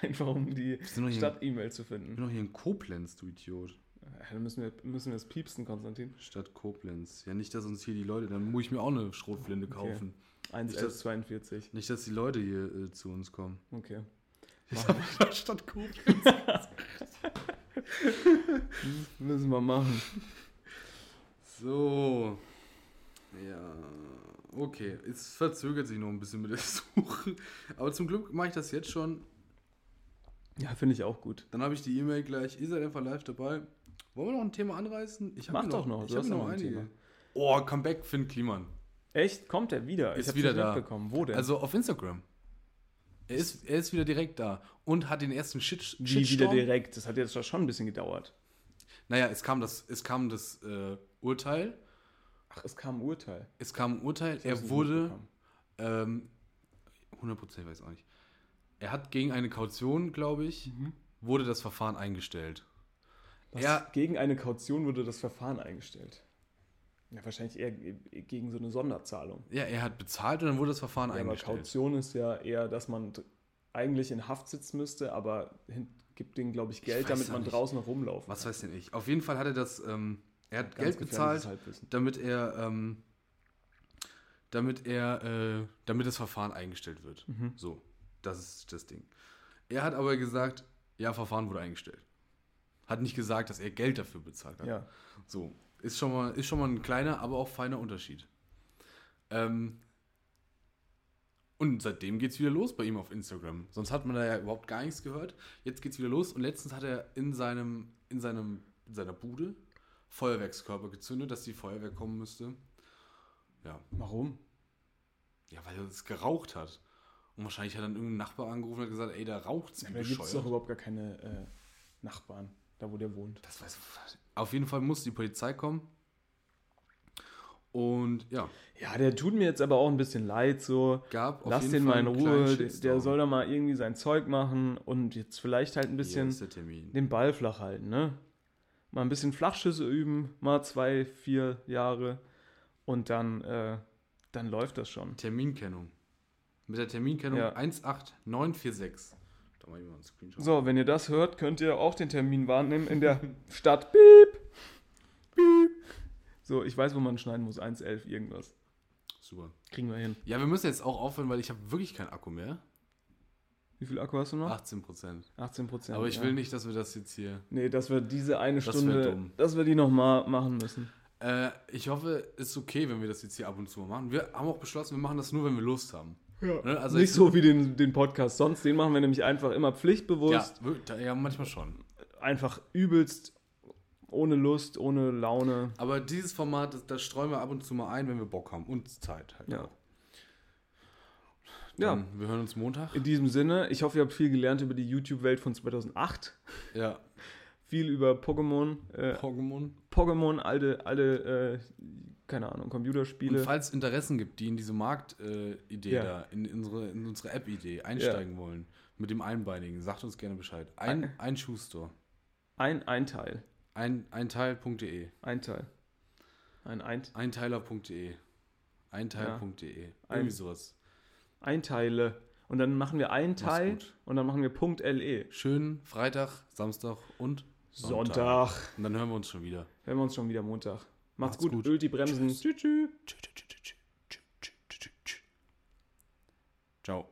Einfach um die Wir sind doch hier, Stadt-E-Mail zu wir finden. sind doch hier in Koblenz, du Idiot. Ja, dann müssen wir, müssen wir das piepsen, Konstantin. Stadt Koblenz. Ja, nicht, dass uns hier die Leute, dann muss ich mir auch eine Schrotflinte kaufen. 1 Nicht, dass- 42. Nicht, dass die Leute hier äh, zu uns kommen. Okay. Ich habe gesagt, Stadt Koblenz. Müssen wir machen. So. Ja. Okay, es verzögert sich noch ein bisschen mit der [laughs] Suche. Aber zum Glück mache ich das jetzt schon. Ja, finde ich auch gut. Dann habe ich die E-Mail gleich. Ihr seid einfach live dabei. Wollen wir noch ein Thema anreißen? Ich habe Mach hier doch noch, Ich du habe hast hier noch noch ein einige. Thema. Oh, Comeback Finn Kliman. Echt? Kommt er wieder? Ist hab's wieder nicht da. mitbekommen. Wo denn? Also auf Instagram. Er ist, er ist wieder direkt da und hat den ersten Shit, Wie wieder direkt. Das hat jetzt schon ein bisschen gedauert. Naja, es kam das, es kam das äh, Urteil. Ach, es kam ein Urteil. Es kam ein Urteil. hab's Er nicht wurde mitbekommen. Ähm, 100% weiß auch nicht. Er hat gegen eine Kaution, glaube ich, wurde das Verfahren eingestellt. Mhm. Was? er- Gegen eine Kaution wurde das Verfahren eingestellt. Ja, wahrscheinlich eher ge- gegen so eine Sonderzahlung. Ja, er hat bezahlt und dann wurde das Verfahren Ja, aber eingestellt. Kaution ist ja eher, dass man d- eigentlich in Haft sitzen müsste, aber hin, gibt denen, glaube ich, Geld, weiß damit ja man nicht. draußen noch rumlaufen Was weiß denn ich? Auf jeden Fall hat er das, ähm, er hat Ganz Geld bezahlt, gefährliches Halbwissen. damit er, ähm, damit er, äh, damit das Verfahren eingestellt wird. Mhm. So, das ist das Ding. Er hat aber gesagt, ja, Verfahren wurde eingestellt. Hat nicht gesagt, dass er Geld dafür bezahlt hat. Ja. So, ist schon mal, ist schon mal ein kleiner, aber auch feiner Unterschied. Ähm, und seitdem geht's wieder los bei ihm auf Instagram. Sonst hat man da ja überhaupt gar nichts gehört. Jetzt geht's wieder los und letztens hat er in seinem, in seinem, in seiner Bude Feuerwerkskörper gezündet, dass die Feuerwehr kommen müsste. Ja. Warum? Ja, weil er es geraucht hat. Und wahrscheinlich hat dann irgendein Nachbar angerufen und hat gesagt, ey, da raucht's wie Da gibt es doch bescheuert. überhaupt gar keine äh, Nachbarn, da wo der wohnt. Das weiß Auf jeden Fall muss die Polizei kommen. Und ja. Ja, der tut mir jetzt aber auch ein bisschen leid, so. gab. Lass den mal in Ruhe, der, der soll da mal irgendwie sein Zeug machen und jetzt vielleicht halt ein bisschen der Termin. den Ball flach halten, ne? mal ein bisschen Flachschüsse üben, mal zwei, vier Jahre und dann, äh, dann läuft das schon. Terminkennung. Mit der Terminkennung Ja. 18946. Da mache ich mal einen Screenshot. So, wenn ihr das hört, könnt ihr auch den Termin wahrnehmen in [laughs] der Stadt. Piep! Piep! So, ich weiß, wo man schneiden muss. 1,11 irgendwas. Super. Kriegen wir hin. Ja, wir müssen jetzt auch aufhören, weil ich habe wirklich keinen Akku mehr. Wie viel Akku hast du noch? 18 Prozent. 18 Prozent. Aber ich ja. will nicht, dass wir das jetzt hier. Nee, dass wir diese eine Das wär Stunde, dumm. dass wir die nochmal machen müssen. Äh, ich hoffe, es ist okay, wenn wir das jetzt hier ab und zu mal machen. Wir haben auch beschlossen, wir machen das nur, wenn wir Lust haben. Ja. Also Nicht ich, so wie den, den Podcast sonst. Den machen wir nämlich einfach immer Ja, pflichtbewusst. wir- da- ja, manchmal schon. Einfach übelst, ohne Lust, ohne Laune. Aber dieses Format, das, das streuen wir ab und zu mal ein, wenn wir Bock haben und Zeit halt. Ja. auch. Ja, Dann, Wir hören uns Montag. in diesem Sinne, ich hoffe, ihr habt viel gelernt über die YouTube-Welt von 2008. Ja. Viel über Pokémon. Äh, Pokémon. Pokémon, alte, alte, äh, keine Ahnung, Und Computerspiele. falls Interessen gibt, die in diese Marktidee äh, Idee Ja. da, in, unsere, in unsere App-Idee einsteigen wollen, mit dem Einbeinigen, sagt uns gerne Bescheid. Ein, ein Schuhstore. Ein, ein Teil. Ein, einteil.de. Ein Teil. Ein, ein, Einteiler.de. Einteil.de. Ein- Irgendwie sowas. Einteile. Und dann machen wir ein Teil gut. und dann machen wir Punkt E. LE. Schönen Freitag, Samstag und Sonntag. Sonntag. Und dann hören wir uns schon wieder. Hören wir uns schon wieder Montag. Macht's, Macht's gut. gut. Ölt die Bremsen. Tschüss. Tschüss. Ciao.